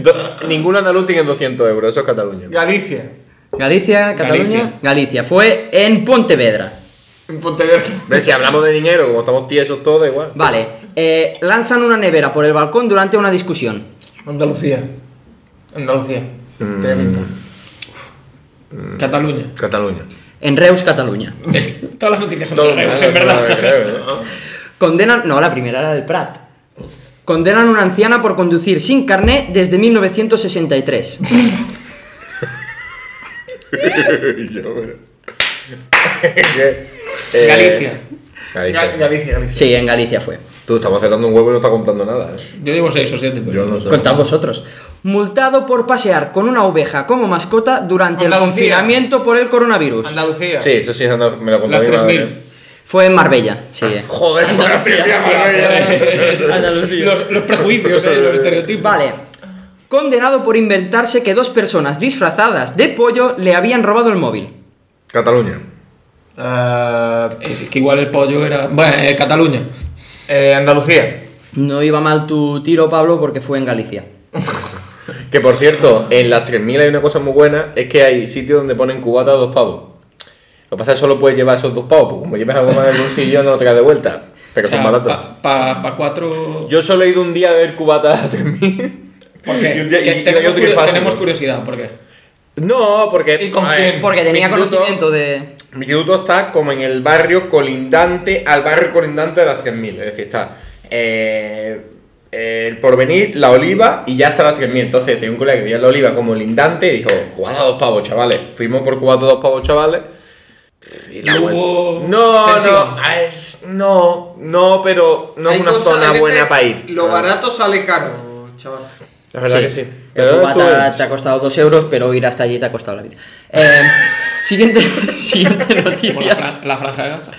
S3: Do- ningún andaluz tiene 200 euros, eso es Cataluña.
S4: Galicia.
S2: Galicia, Cataluña, Galicia.
S5: Galicia.
S2: Fue en Pontevedra.
S4: En Pontevedra.
S3: Ves, si hablamos de dinero, como estamos tiesos todos, da igual.
S2: Vale. eh, lanzan una nevera por el balcón durante una discusión.
S5: Andalucía. Andalucía. Tiene pinta. Cataluña.
S3: Mm, Cataluña.
S2: En Reus, Cataluña.
S5: Es que todas las noticias son
S3: Todo
S5: de Reus,
S3: mal,
S5: en verdad.
S3: todo mal, claro, ¿eh?
S2: Condenan. No, la primera era del Prat. Condenan a una anciana por conducir sin carné desde 1963.
S3: Yo, pero- Que, eh,
S5: Galicia.
S3: Galicia.
S4: Galicia.
S2: Sí, en Galicia fue.
S3: Tú estamos acertando un huevo y no está contando nada. ¿eh?
S5: Yo digo 6 o 7.
S3: Yo no sé.
S2: Contad vosotros. Multado por pasear con una oveja como mascota durante el
S4: Andalucía.
S2: confinamiento por el coronavirus.
S4: Andalucía.
S3: Sí, eso sí es andaluz. Me lo contó
S5: Las
S3: mi madre.
S5: 3000.
S2: Fue en Marbella, sí.
S4: Ah.
S3: Joder, Andalucía, Marbella.
S5: Los, los prejuicios, eh, los estereotipos.
S2: Vale. Condenado por inventarse que dos personas disfrazadas de pollo le habían robado el móvil.
S3: Cataluña.
S4: Eh,
S5: Es que igual el pollo era. Bueno, eh, Cataluña.
S4: eh, Andalucía.
S2: No iba mal tu tiro, Pablo, porque fue en Galicia.
S3: Que por cierto, en las 3000 hay una cosa muy buena, es que hay sitios donde ponen cubata dos pavos. Lo que pasa es que solo puedes llevar esos dos pavos, porque como lleves algo más en el bolsillo no lo traes de vuelta. Pero son baratos.
S5: Para pa, pa cuatro.
S3: Yo solo he ido un día a ver cubatas a 3000.
S5: ¿Por
S3: Y
S5: qué?
S3: un día-
S5: Que
S3: y- y
S5: tenemos,
S3: otro que
S5: curio-
S3: pasa.
S5: tenemos curiosidad, ¿por qué?
S3: No, porque.
S4: ¿Y con
S3: a
S4: quién?
S3: ver,
S2: Porque tenía
S3: mi instituto-
S2: conocimiento de.
S3: Mi instituto está como en el barrio colindante al barrio colindante de las 3000. Es decir, está eh, el porvenir, la oliva y ya está las 3000. Entonces, tenía un colega que veía la oliva como lindante y dijo: Cubata dos pavos, chavales. Fuimos por cubata dos pavos, chavales. Y la
S5: ¿Y
S3: vuelta-
S5: hubo
S3: No,
S5: tensión?
S3: no, ay, no, no, pero no es una zona buena para ir. Ah,
S4: Lo barato sale caro, chaval.
S3: La verdad que sí.
S2: El
S3: Pero
S2: cubata
S3: estuve-
S2: te ha costado dos euros, pero ir hasta allí te ha costado la vida. Eh, siguiente, siguiente
S5: Por la,
S2: noticia.
S5: fran- la franja de Gaza.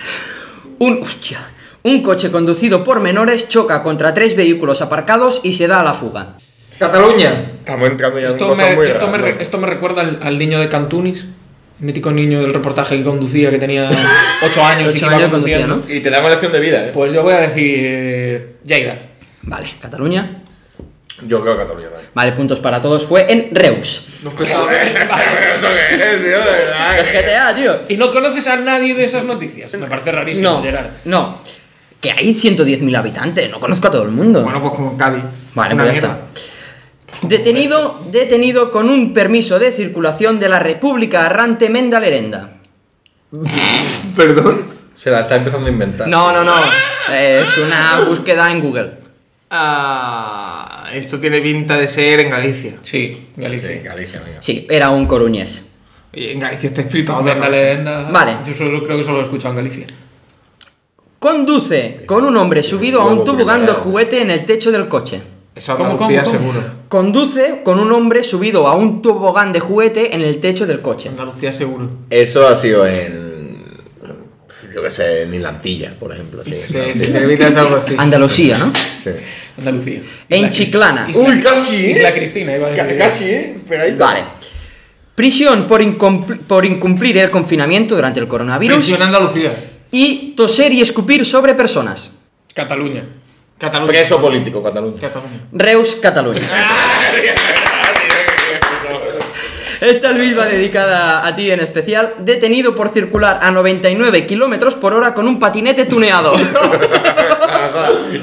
S2: Un, hostia, un coche conducido por menores choca contra tres vehículos aparcados y se da a la fuga.
S4: Cataluña.
S3: Estamos entrando ya en
S5: Esto
S3: cosas muy
S5: me, esto, me,
S3: raras,
S5: re-
S3: ¿no?
S5: esto me recuerda al, al niño de Cantunis, mítico niño del reportaje que conducía, que tenía 8 años y
S2: Ocho
S5: que iba
S2: años conducía,
S5: conduciendo.
S2: ¿no?
S3: Y te da una lección de vida, ¿eh?
S5: Pues yo voy a decir. Jaira.
S2: Vale, Cataluña.
S3: Yo creo que Cataluña también.
S2: Vale, puntos para todos. Fue en Reus.
S3: ¿Esto qué es, tío? De verdad, eh.
S2: El
S3: que-
S2: GTA, tío.
S5: ¿Y no conoces a nadie de esas noticias? Me parece rarísimo,
S2: No,
S5: Gerard.
S2: no. Que hay 110.000 habitantes, no conozco a todo el mundo.
S4: Bueno, pues como Cádiz.
S2: Vale,
S4: Una
S2: pues ya
S4: mierda.
S2: está. Detenido, detenido con un permiso de circulación de la República Arrante Mendalerenda.
S4: Perdón.
S3: Se la está empezando a inventar.
S2: No, no, no. Es una búsqueda en Google.
S4: Ah, esto tiene pinta de ser en Galicia.
S5: Sí, Galicia.
S3: Sí, Galicia, venga.
S2: Sí, era un coruñés.
S4: Oye, En Galicia está flipado.
S5: Hombre,
S4: ¿no?
S5: la leyenda-
S2: Vale.
S5: Yo solo creo que solo lo he escuchado en Galicia.
S2: Conduce con un hombre subido a un tobogán de juguete en el techo del coche.
S4: Eso
S5: ¿Cómo,
S4: Andalucía
S5: cómo, cómo?
S4: seguro.
S2: Conduce con un hombre subido a un tobogán de juguete en el techo del coche.
S4: Andalucía seguro.
S3: Eso ha sido en. Yo qué sé, en Ilantilla, por ejemplo. sí.
S4: Sí, sí, tiene pinta de ser algo así.
S2: Andalucía, ¿no?
S3: Sí.
S5: Andalucía.
S2: En
S5: Isla
S2: Chiclana.
S5: Cristina.
S3: Uy, casi, ¿eh?
S5: Isla Cristina, iba a decir.
S3: Ca- Casi, ¿eh? Pegadito.
S2: Vale. Prisión por, incumpl- por incumplir el confinamiento durante el coronavirus
S4: Prisión Andalucía.
S2: y toser y escupir sobre personas.
S5: Cataluña.
S4: Cataluña.
S3: Preso político, Cataluña.
S4: Cataluña.
S2: Reus, Cataluña. Esta Luis va dedicada a ti en especial. Detenido por circular a 99 kilómetros por hora con un patinete tuneado.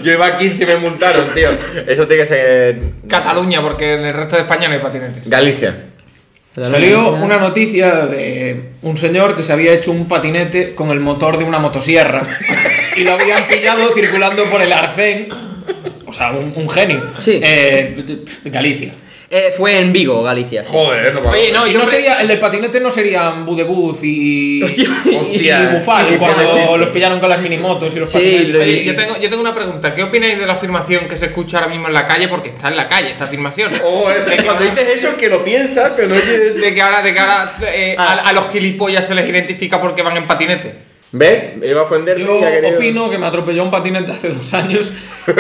S3: Yo iba a 15 y me multaron, tío. Eso tiene que ser.
S4: Cataluña, porque en el resto de España no hay patinetes.
S3: Galicia.
S5: Salió una noticia de un señor que se había hecho un patinete con el motor de una motosierra y lo habían pillado circulando por el arcén. O sea, un, un genio.
S2: Sí.
S5: Eh, pf, Galicia.
S2: Eh, fue en Vigo, Galicia. sí.
S3: Joder, no
S4: Oye, no,
S5: Y
S4: yo
S5: no
S4: me-
S5: sería, el del patinete no serían Budebuz y,
S2: Hostia.
S5: y
S3: Hostia.
S5: Bufal,
S3: Y Bufal,
S5: cuando
S3: sí.
S5: los pillaron con las minimotos y los
S2: Sí,
S5: patinetes.
S2: lo-
S4: Oye, yo tengo, yo tengo una pregunta. ¿Qué opináis de la afirmación que se escucha ahora mismo en la calle? Porque está en la calle esta afirmación.
S3: Joder,
S4: de, que
S3: cuando
S4: ahora,
S3: dices eso, que lo piensas, pero no quieres.
S4: de que ahora, de que ahora, eh,
S2: Ah.
S4: a, a los gilipollas se les identifica porque van en patinete.
S3: ¿Ves? Iba a ofenderme y ha
S5: Yo
S3: querido-
S5: opino que me atropelló un patinete hace dos años. Eh,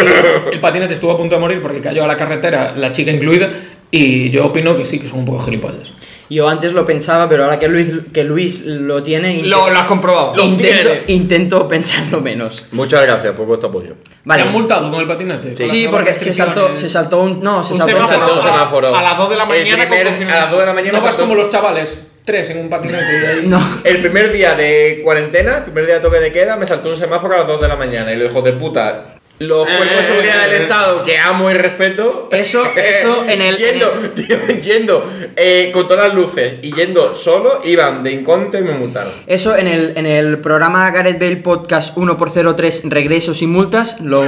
S5: El patinete estuvo a punto de morir porque cayó a la carretera, la chica incluida. Y yo opino que sí, que son un poco gilipollas.
S2: Yo antes lo pensaba, pero ahora que Luis, que Luis lo tiene,
S4: Lo, lo has comprobado.
S2: inte- intento, intento pensarlo menos.
S3: Muchas gracias por vuestro apoyo.
S2: Vale.
S5: ¿Te han multado con el patinete?
S2: Sí,
S5: Con las nuevas
S2: porque se saltó,
S5: restricciones.
S2: se saltó un. No, se
S4: Un
S2: saltó un
S3: Hace
S4: semáforo.
S2: semáforo.
S3: dos semáforos.
S4: A las dos de la
S3: El
S4: mañana con
S3: primer-
S4: confinamiento.
S3: a las 2 de la mañana.
S5: No vas
S3: saltó-
S5: como los chavales, tres en un patinete. y ahí-
S2: No.
S3: El primer día de cuarentena, el primer día de toque de queda, me saltó un semáforo a las 2 de la mañana. Y los hijos de puta. Los
S4: Eh,
S3: cuerpos de seguridad
S4: eh,
S3: del
S4: eh.
S3: Estado, que amo y respeto.
S2: Eso- eso en el-
S3: Yendo, tío, yendo eh, con todas las luces y yendo solo, iban de inconto y me multaron.
S2: Eso en el, en el programa Gareth Bale Podcast 1x03 Regresos y Multas, lo.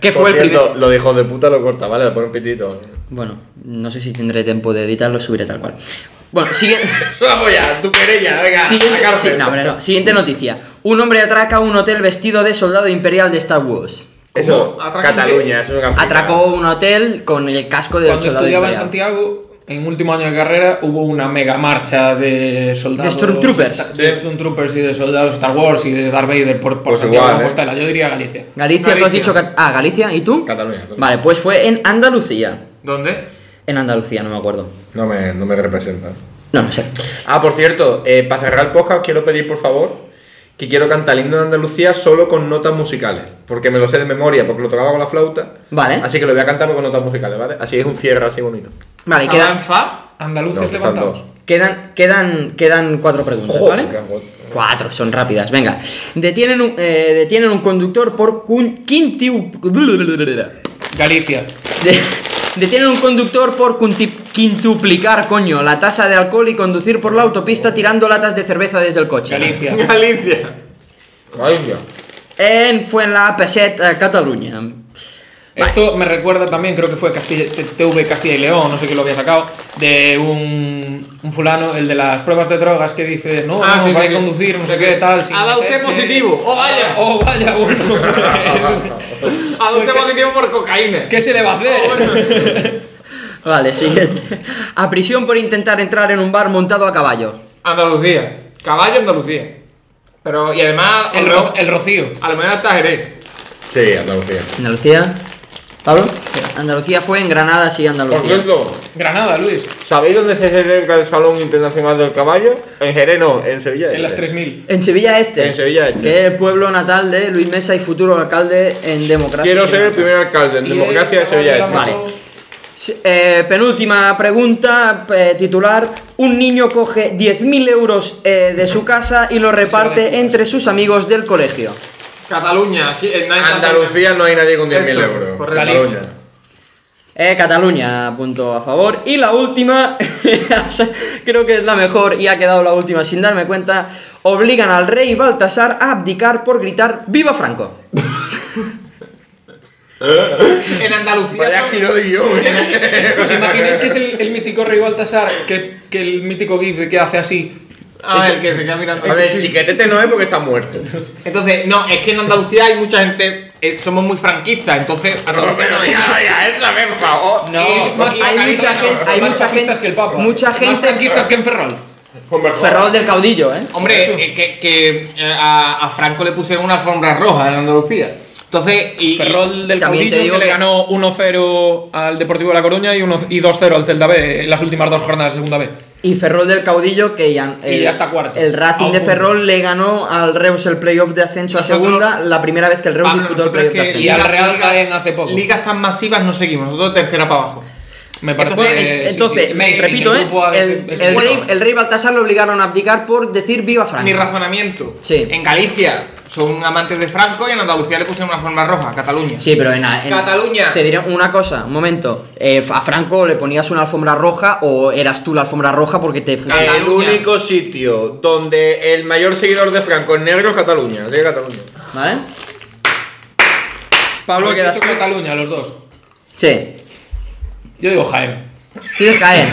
S2: que
S3: Por
S2: fue el
S3: cierto,
S2: primer.
S3: Lo de hijos de puta lo corta, ¿vale? Le pone un pitito.
S2: Bueno, no sé si tendré tiempo de editarlo, subiré tal cual. Bueno, sigue.
S3: Vamos ya, tu querella, venga. a
S2: Siguiente,
S3: cárcel.
S2: sí, no, hombre, no. Siguiente noticia. Un hombre atraca un hotel vestido de soldado imperial de Star Wars.
S3: Eso,
S4: ¿Cómo? ¿Atracan
S3: Cataluña, eso es una fricada.
S2: Atracó un hotel con el casco de
S5: Cuando
S2: soldado
S5: estudiaba en
S2: imperial.
S5: Santiago, en último año de carrera, hubo una mega marcha de soldados.
S2: De Stormtroopers.
S5: esta- De Stormtroopers y de soldados Star Wars y de Darth Vader por, por
S3: Pues
S5: Santiago
S3: igual,
S5: de Compostela. Yo diría Galicia.
S2: Galicia, tú has
S4: Galicia.
S2: dicho. Cat- Ah, Galicia, ¿y tú?
S3: Cataluña, Cataluña.
S2: Vale, pues fue en Andalucía.
S4: ¿Dónde?
S2: En Andalucía, no me acuerdo.
S3: No me, no me representa.
S2: No, no sé.
S3: Ah, por cierto, eh, para cerrar el podcast os quiero pedir, por favor, que quiero cantar el himno de Andalucía solo con notas musicales. Porque me lo sé de memoria, porque lo tocaba con la flauta.
S2: Vale.
S3: Así que lo voy a cantar con notas musicales, ¿vale? Así es un cierre así bonito.
S2: Vale,
S4: ¿Estaba
S5: Ah,
S4: en
S2: quedan,
S4: Fa?
S3: No,
S5: Andaluces
S3: que son
S5: levantados.
S3: dos.
S2: quedan, quedan, quedan cuatro preguntas,
S3: Joder,
S2: ¿vale?
S3: qué agot-
S2: Cuatro, son rápidas, venga. Detienen un, eh, detienen un conductor por cun- quintiu...
S5: Galicia.
S2: De- detienen un conductor por cunti- quintuplicar, coño, la tasa de alcohol y conducir por la autopista tirando latas de cerveza desde el coche.
S5: Galicia.
S4: Galicia.
S3: Ay, Dios.
S2: En Fuenla, Peset, eh, Cataluña.
S5: Esto me recuerda también, creo que fue Castilla, T- TV Castilla y León, no sé quién lo había sacado, de un, un fulano, el de las pruebas de drogas, que dice, no,
S4: Ah,
S5: no,
S4: sí,
S5: para
S4: sí, sí.
S5: conducir, no sé qué, tal. sin
S4: Ha dado T
S5: meterse.
S4: positivo. ¡Oh, vaya!
S5: ¡Oh, vaya! Bueno, pues,
S4: Adopte
S5: Porque-
S4: positivo por cocaína.
S5: ¿Qué se le va a hacer?
S4: Oh,
S2: Vale, siguiente. A prisión por intentar entrar en un bar montado a caballo.
S4: Andalucía. Caballo Andalucía. Pero, y además,
S5: El, ro- el rocío.
S4: a lo mejor hasta Jerez.
S3: Sí, Andalucía.
S2: Andalucía. ¿Pablo? Andalucía fue en Granada, sí,
S3: Por
S2: Andalucía.
S3: cierto,
S5: Granada, Luis.
S3: ¿sabéis dónde se celebra el Salón Internacional del Caballo? En Jerez, no, en Sevilla.
S5: En las
S3: Este.
S5: 3000.
S2: En Sevilla Este.
S3: En Sevilla Este.
S2: Que es el pueblo natal de Luis Mesa y futuro alcalde en democracia.
S3: Quiero ser el primer alcalde en
S5: Y
S3: democracia de
S5: el-
S3: Sevilla. Este.
S2: Vale. Sí, eh, penúltima pregunta, eh, titular. Un niño coge 10.000 euros eh, de su casa y lo reparte entre sus amigos del colegio.
S4: Cataluña. aquí en
S3: Andalucía no hay nadie con 10.000
S4: Eso,
S3: euros.
S4: correcto.
S3: Cataluña.
S2: Eh, Cataluña, punto a favor. Y la última, creo que es la mejor y ha quedado la última sin darme cuenta. Obligan al rey Baltasar a abdicar por gritar ¡Viva Franco!
S4: En Andalucía.
S3: Vaya
S4: son-
S3: giro de guión. eh.
S5: ¿Os imagináis que es el, el mítico rey Baltasar? Que, que el mítico gif de que hace así.
S4: Ah, el que se queda mirando.
S3: A ver, chiquetete no es porque está muerto.
S4: Entonces, no, es que en Andalucía hay mucha gente. eh, somos muy franquistas, entonces.
S3: ya, ya, eso, ven, por favor.
S5: No,
S4: Y-
S5: más-
S4: y-
S2: hay mucha gente- hay
S5: más
S2: mucha
S5: franquistas
S2: gente-
S5: que el Papa.
S2: mucha
S5: Más
S2: gente-
S5: franquistas que en Ferrol.
S3: Pues mejor.
S2: Ferrol del caudillo, ¿eh?
S5: Eso.
S4: Hombre, eh, que, que, eh, a, a Franco le pusieron una alfombra roja en Andalucía. Entonces, y.
S5: Ferrol del
S2: También te
S5: Caudillo que,
S2: digo
S5: le
S2: que-
S5: ganó 1-0 al Deportivo de La Coruña y, 1 y 2-0 al Celta B en las últimas dos jornadas de Segunda B.
S2: Y Ferrol del Caudillo, que ya,
S5: Y ya está cuarto. Ah,
S2: el
S5: A
S2: Racing
S5: un
S2: de
S5: punto.
S2: Ferrol le ganó al Reus el playoff de ascenso a
S4: Nosotros-
S2: segunda, la primera vez que el Reus
S4: Pablo,
S2: disputó el
S4: nosotros
S2: playoff de
S4: es que
S2: ascenso.
S5: Y al
S4: liga-
S5: Real
S4: liga-
S5: Jaén hace poco.
S4: Ligas tan masivas no seguimos, nosotros tercera para abajo.
S5: Me parece
S4: Entonces,
S5: que-
S4: eh,
S2: Entonces,
S5: sí, sí, mainstream,
S2: repito,
S5: el
S2: ¿eh?
S5: grupo A es-
S2: el,
S5: es
S2: el
S5: bueno.
S2: rey, el rey Baltasar lo obligaron a abdicar por decir viva Franco.
S4: Mi razonamiento.
S2: Sí.
S4: En Galicia son amantes de Franco y en Andalucía le pusieron una forma roja, Cataluña.
S2: Sí, pero en, en-
S4: Cataluña.
S2: Te diré una cosa, un momento. Eh, a Franco le ponías una alfombra roja o eras tú la alfombra roja porque te fusilaba.
S3: El único sitio donde el mayor seguidor de Franco es negro es Cataluña. Así que Cataluña.
S2: ¿Vale?
S5: Pablo, que
S2: Porque
S5: ha
S2: las-
S5: dicho Cataluña, los dos.
S2: Sí.
S5: Yo digo Jaén.
S2: Sí, Jaén.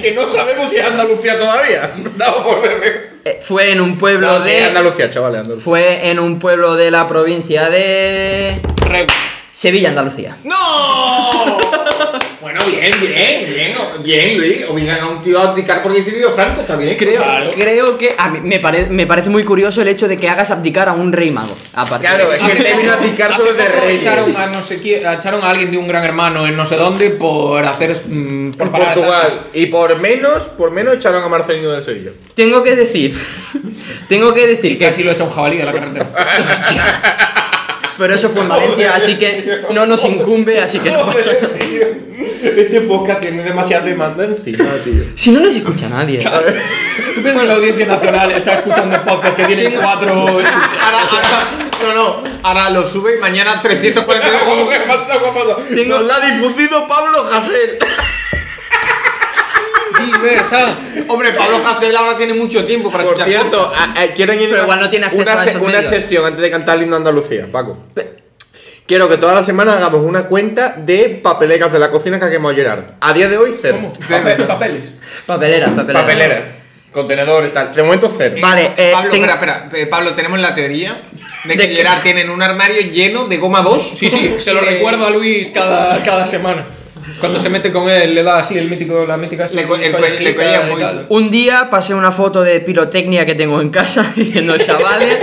S3: Que no sabemos si es Andalucía todavía. Dado por bebé.
S2: Eh, fue en un pueblo
S3: No, sí,
S2: de.
S3: Andalucía, chavales, Andalucía.
S2: Fue en un pueblo de la provincia de.
S5: Reus.
S2: Sevilla, Andalucía.
S4: ¡No! Bueno, bien, bien, bien, o- bien, Luis. Obligan a un tío a abdicar por 10 libros francos, está bien.
S2: Creo,
S5: Claro.
S2: creo que a mí me, pare- me parece muy curioso el hecho de que hagas abdicar a un rey mago. A partir
S3: Claro,
S2: de-
S4: eh.
S3: es que el término abdicar solo es de
S5: Hace poco
S3: reyes.
S5: Echaron a, no sé quién- echaron a alguien de un gran hermano en no sé dónde por hacer. mm,
S3: Por
S5: por pagar
S3: Portugal.
S5: taxas.
S3: Y por menos, por menos echaron a Marcelino de Sevilla.
S2: Tengo que decir, tengo que decir
S5: Y
S2: que
S5: casi lo echa un jabalí de la carretera.
S2: Pero eso fue en Valencia, así que no nos incumbe, así que no pasa nada.
S3: Este podcast tiene demasiada demanda encima, tío.
S2: Si no nos escucha nadie.
S5: ¿Tú piensas que la audiencia nacional está escuchando podcast que tienen cuatro escuchas?
S4: Ahora, ahora, no, no, ahora lo sube y mañana 342
S3: ¿Cómo que pasa? ¿Cómo pasa?
S2: Tengo-
S3: Nos la ha difundido Pablo Gasel.
S5: ¡Libertad!
S4: Hombre, Pablo Hasél ahora tiene mucho tiempo para
S3: Por
S4: escuchar
S3: cierto, a- a- quiero añadir
S2: Pero
S3: una-
S2: igual no tiene acceso
S3: una,
S2: a
S3: se-
S2: esos
S3: una
S2: medios.
S3: sección antes de cantar el himno a Andalucía, Paco.
S2: Pe-
S3: Quiero que todas las semanas hagamos una cuenta de papeleras de la cocina que ha quemado Gerard. A día de hoy, cero.
S5: ¿Cómo? Papel- papeles.
S2: Papelera, papelera.
S3: Papeleras, contenedores, tal. De momento, cero.
S2: Vale, eh,
S4: Pablo,
S2: tengo-
S4: espera, espera. Eh, Pablo, tenemos la teoría de que
S2: De que-
S4: Gerard tiene en un armario lleno de goma 2.
S5: Sí, sí, se
S4: Eh,
S5: lo recuerdo a Luis cada, cada semana. Cuando se mete con él, le da así el mítico, la mítica. así,
S4: Le cu- el cu-
S5: collecita
S4: le cuelga
S5: y
S4: muy-
S5: tal.
S2: Un día pasé una foto de pirotecnia que tengo en casa diciendo, chavales,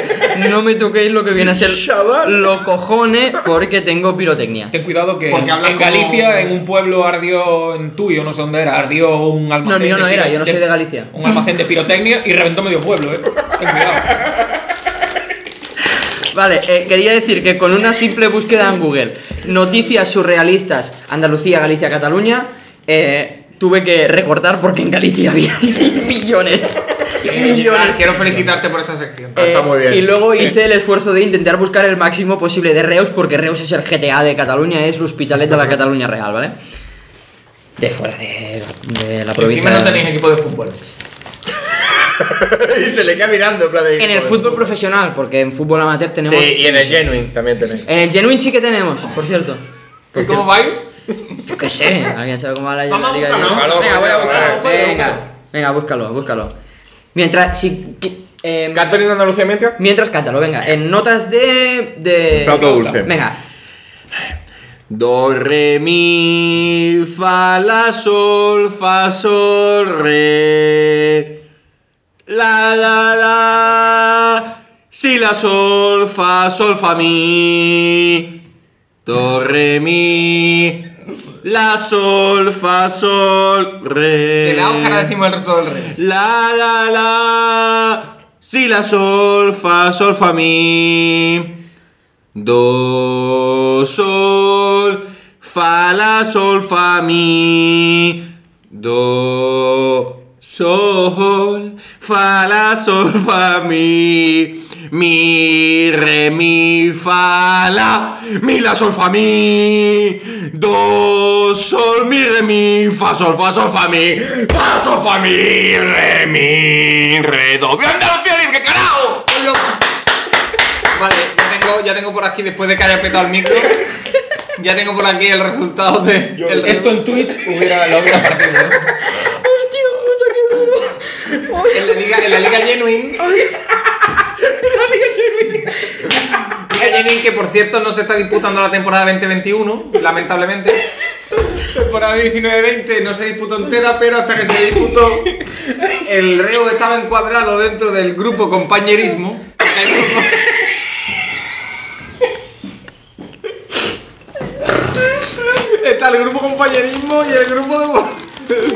S2: no me toquéis lo que viene a ser
S3: Chaval.
S2: los cojones porque tengo pirotecnia.
S5: Ten cuidado que en,
S4: Porque habla
S5: en
S4: como-
S5: Galicia, en un pueblo ardió, en tuyo, no sé dónde era, ardió un almacén.
S2: mío
S5: de
S2: no era,
S5: piro-
S2: yo no soy de Galicia.
S5: Un almacén de pirotecnia y reventó medio pueblo, eh. Ten cuidado.
S2: Vale, eh, quería decir que con una simple búsqueda en Google, noticias surrealistas, Andalucía, Galicia, Cataluña, eh, tuve que recortar porque en Galicia había millones.
S4: Eh, Gerard,
S2: millones.
S4: quiero felicitarte por esta sección.
S3: Eh, está muy bien.
S2: Y luego hice el esfuerzo de intentar buscar el máximo posible de Reus, porque Reus es el GTA de Cataluña, es l'Hospitalet de la Cataluña Real, ¿vale? De fuera de, de la
S4: Encima
S2: provincia.
S4: no tenéis equipo de fútbol.
S3: y se le queda mirando, en plan de-
S2: En el fútbol profesional, porque en fútbol amateur tenemos.
S3: Sí, y en el Genuine también tenéis.
S2: En el Genuine sí que tenemos, por cierto. Pues
S4: ¿Y cómo vais?
S2: Yo qué sé, alguien sabe cómo va la
S4: Vamos a
S2: Liga
S4: buscarlo,
S2: Genuine?
S3: Búscalo,
S4: Venga, voy a
S3: búscalo,
S4: buscarlo, voy a buscarlo.
S2: Venga, venga, búscalo, búscalo. Mientras, si, que- eh,
S3: ¿Canto en Andalucía mientras?
S2: mientras cántalo, venga. En notas de. de
S3: Flauta dulce.
S2: Venga.
S3: Do, re, mi, fa, la, sol, fa, sol, re. La, la, la. Si, la, sol, fa, sol, fa, mi. Do, re, mi. La, sol, fa, sol, re.
S4: Quedaos que ahora decimos el resto del rey.
S3: La la la Si la sol fa sol fa mi Do sol fa la sol fa mi Do sol fa la sol fa mi Mi re mi fa la mi la sol fa mi Do sol mi re mi fa sol fa sol fa mi fa sol fa mi re mi re do ¡Viva Andalucía libre carajo!
S4: Pablo. Vale, ya tengo, ya tengo por aquí, después de que haya petado el micro, ya tengo por aquí el resultado de. el-
S5: Esto en Twitch hubiera lo hubiera partido, ¿eh?
S4: en la liga, en la liga Genuine. la liga Genuine. Liga Genuine que por cierto no se está disputando la temporada 2021, lamentablemente. Temporada 19-20 no se disputó entera, pero hasta que se disputó, el reo estaba encuadrado dentro del grupo compañerismo. El grupo- Está el grupo compañerismo y el grupo de...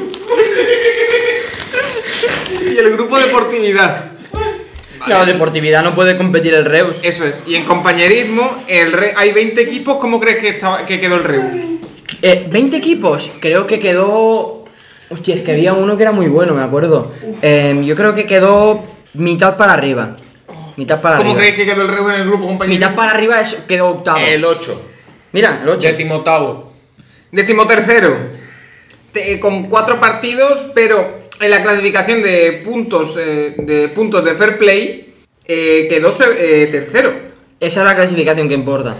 S4: y el grupo deportividad.
S2: Claro, deportividad no puede competir el Reus.
S4: Eso es. Y en compañerismo, el re- hay 20 equipos. ¿Cómo crees que, estaba- que quedó el Reus?
S2: Eh, 20 equipos, creo que quedó. Hostia, es que había uno que era muy bueno, me acuerdo. Eh, yo creo que quedó mitad para arriba. Mitad para
S4: ¿Cómo
S2: arriba.
S4: crees que quedó el Reus en el grupo compañerismo?
S2: Mitad para arriba es, quedó octavo.
S3: 8.
S2: Mira, el 8.
S5: Decimoctavo.
S4: Décimo tercero. Te- con cuatro partidos, pero en la clasificación de puntos eh, de puntos de fair play eh, quedó se- eh, tercero.
S2: Esa es la clasificación que importa.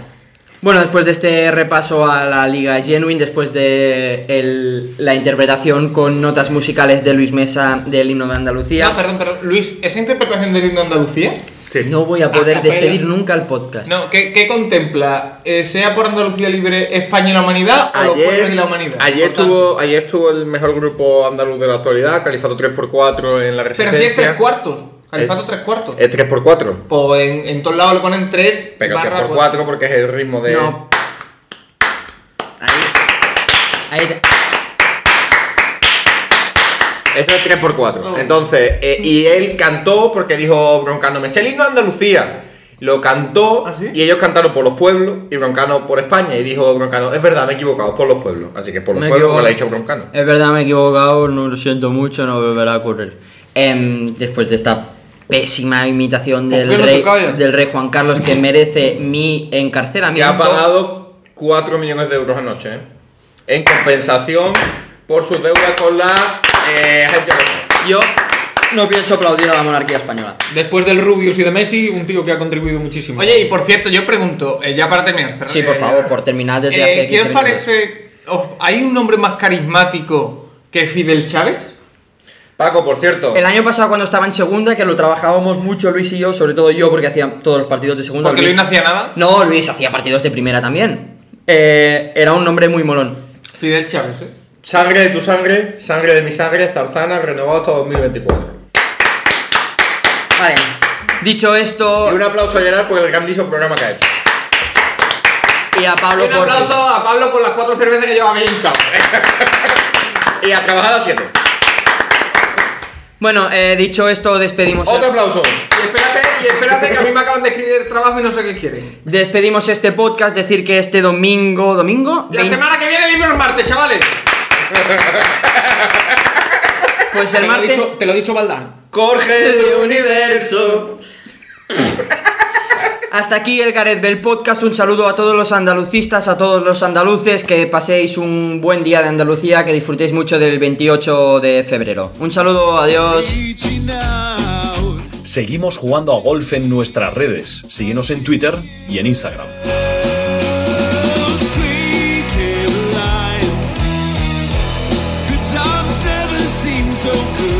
S2: Bueno, después de este repaso a la Liga Genuine, después de el- la interpretación con notas musicales de Luis Mesa del himno de Andalucía.
S4: Ah, perdón, perdón. Luis, ¿esa interpretación del himno de Andalucía?
S3: Sí.
S2: No voy a poder
S4: A capela.
S2: despedir nunca el podcast.
S4: No, ¿qué, qué contempla? Eh, ¿Sea por Andalucía Libre España y la humanidad o los pueblos y la humanidad?
S3: ayer,
S4: Por tanto.
S3: tuvo, ayer estuvo el mejor grupo andaluz de la actualidad, Califato 3x4 en la
S4: Pero
S3: Resistencia.
S4: si es tres cuartos. Califato
S3: Eh,
S4: tres cuartos.
S3: Es 3x4.
S4: Pues en, en todos lados le ponen tres.
S3: Pero
S4: barra
S3: 3x4 porque es el ritmo de.
S2: No. Ahí. Ahí está.
S3: Eso es 3x4. Entonces, eh, y él cantó porque dijo Broncano, me sé el himno de Andalucía. Lo cantó
S4: ¿Ah, sí?
S3: y ellos cantaron por los pueblos y Broncano por España. Y dijo Broncano, es verdad, me he equivocado, por los pueblos. Así que por los
S2: Me he
S3: pueblos, como
S2: equivocado.
S3: lo ha dicho Broncano.
S2: Es verdad, me he equivocado, no lo siento mucho, no volverá a ocurrir. Em, después de esta pésima imitación
S5: ¿Por
S2: del
S5: qué no te
S2: rey,
S5: callas?
S2: del rey Juan Carlos que merece mi
S3: Que ha
S2: encarcelamiento.
S3: pagado 4 millones de euros anoche, ¿eh? En compensación por sus deudas con la eh, agencia Roja.
S2: Yo no pienso aplaudir a la monarquía española.
S5: Después del Rubius y de Messi, un tío que ha contribuido muchísimo.
S4: Oye, y por cierto, yo pregunto, eh, ya para terminar. cerrar-
S2: Sí, por
S4: eh,
S2: favor, por terminar desde
S4: eh,
S2: hace
S4: ¿Qué os
S2: 15 minutos.
S4: parece? os- ¿Hay un nombre más carismático que Fidel Chávez?
S3: Paco, por cierto.
S2: El año pasado cuando estaba en segunda, que lo trabajábamos mucho Luis y yo, sobre todo yo porque hacía todos los partidos de segunda.
S4: Porque Luis no hacía nada.
S2: No, Luis hacía partidos de primera también. Eh, era un nombre muy molón.
S4: Fidel Chávez, ¿eh?
S3: Sangre de tu sangre, sangre de mi sangre, Zarzana, renovado hasta 2024.
S2: Vale. Dicho esto,
S3: Y un aplauso a Gerard por el grandísimo programa que ha hecho.
S2: y a Pablo
S4: Un
S2: por...
S4: aplauso a Pablo por las cuatro cervezas que lleva hinchado.
S3: Y a trabajar a 7.
S2: Bueno, eh, dicho esto, despedimos.
S3: Otro aplauso.
S4: Y espérate, y espérate, que a mí me acaban de escribir el trabajo y no sé qué quieren.
S2: Despedimos este podcast, decir que este domingo, domingo,
S4: La
S2: Vein-
S4: semana que viene el libro es martes, chavales.
S2: pues
S5: te,
S2: el
S5: lo ha dicho-
S2: martes.
S5: te lo ha dicho Valdán.
S3: Jorge del universo.
S2: Hasta aquí el Gareth Bell podcast. Un saludo a todos los andalucistas, a todos los andaluces, que paséis un buen día de Andalucía, que disfrutéis mucho del 28 de febrero. Un saludo, adiós.
S1: Seguimos jugando a golf en nuestras redes. Síguenos en Twitter y en Instagram.
S6: Sweet Caroline, good times never seem so good.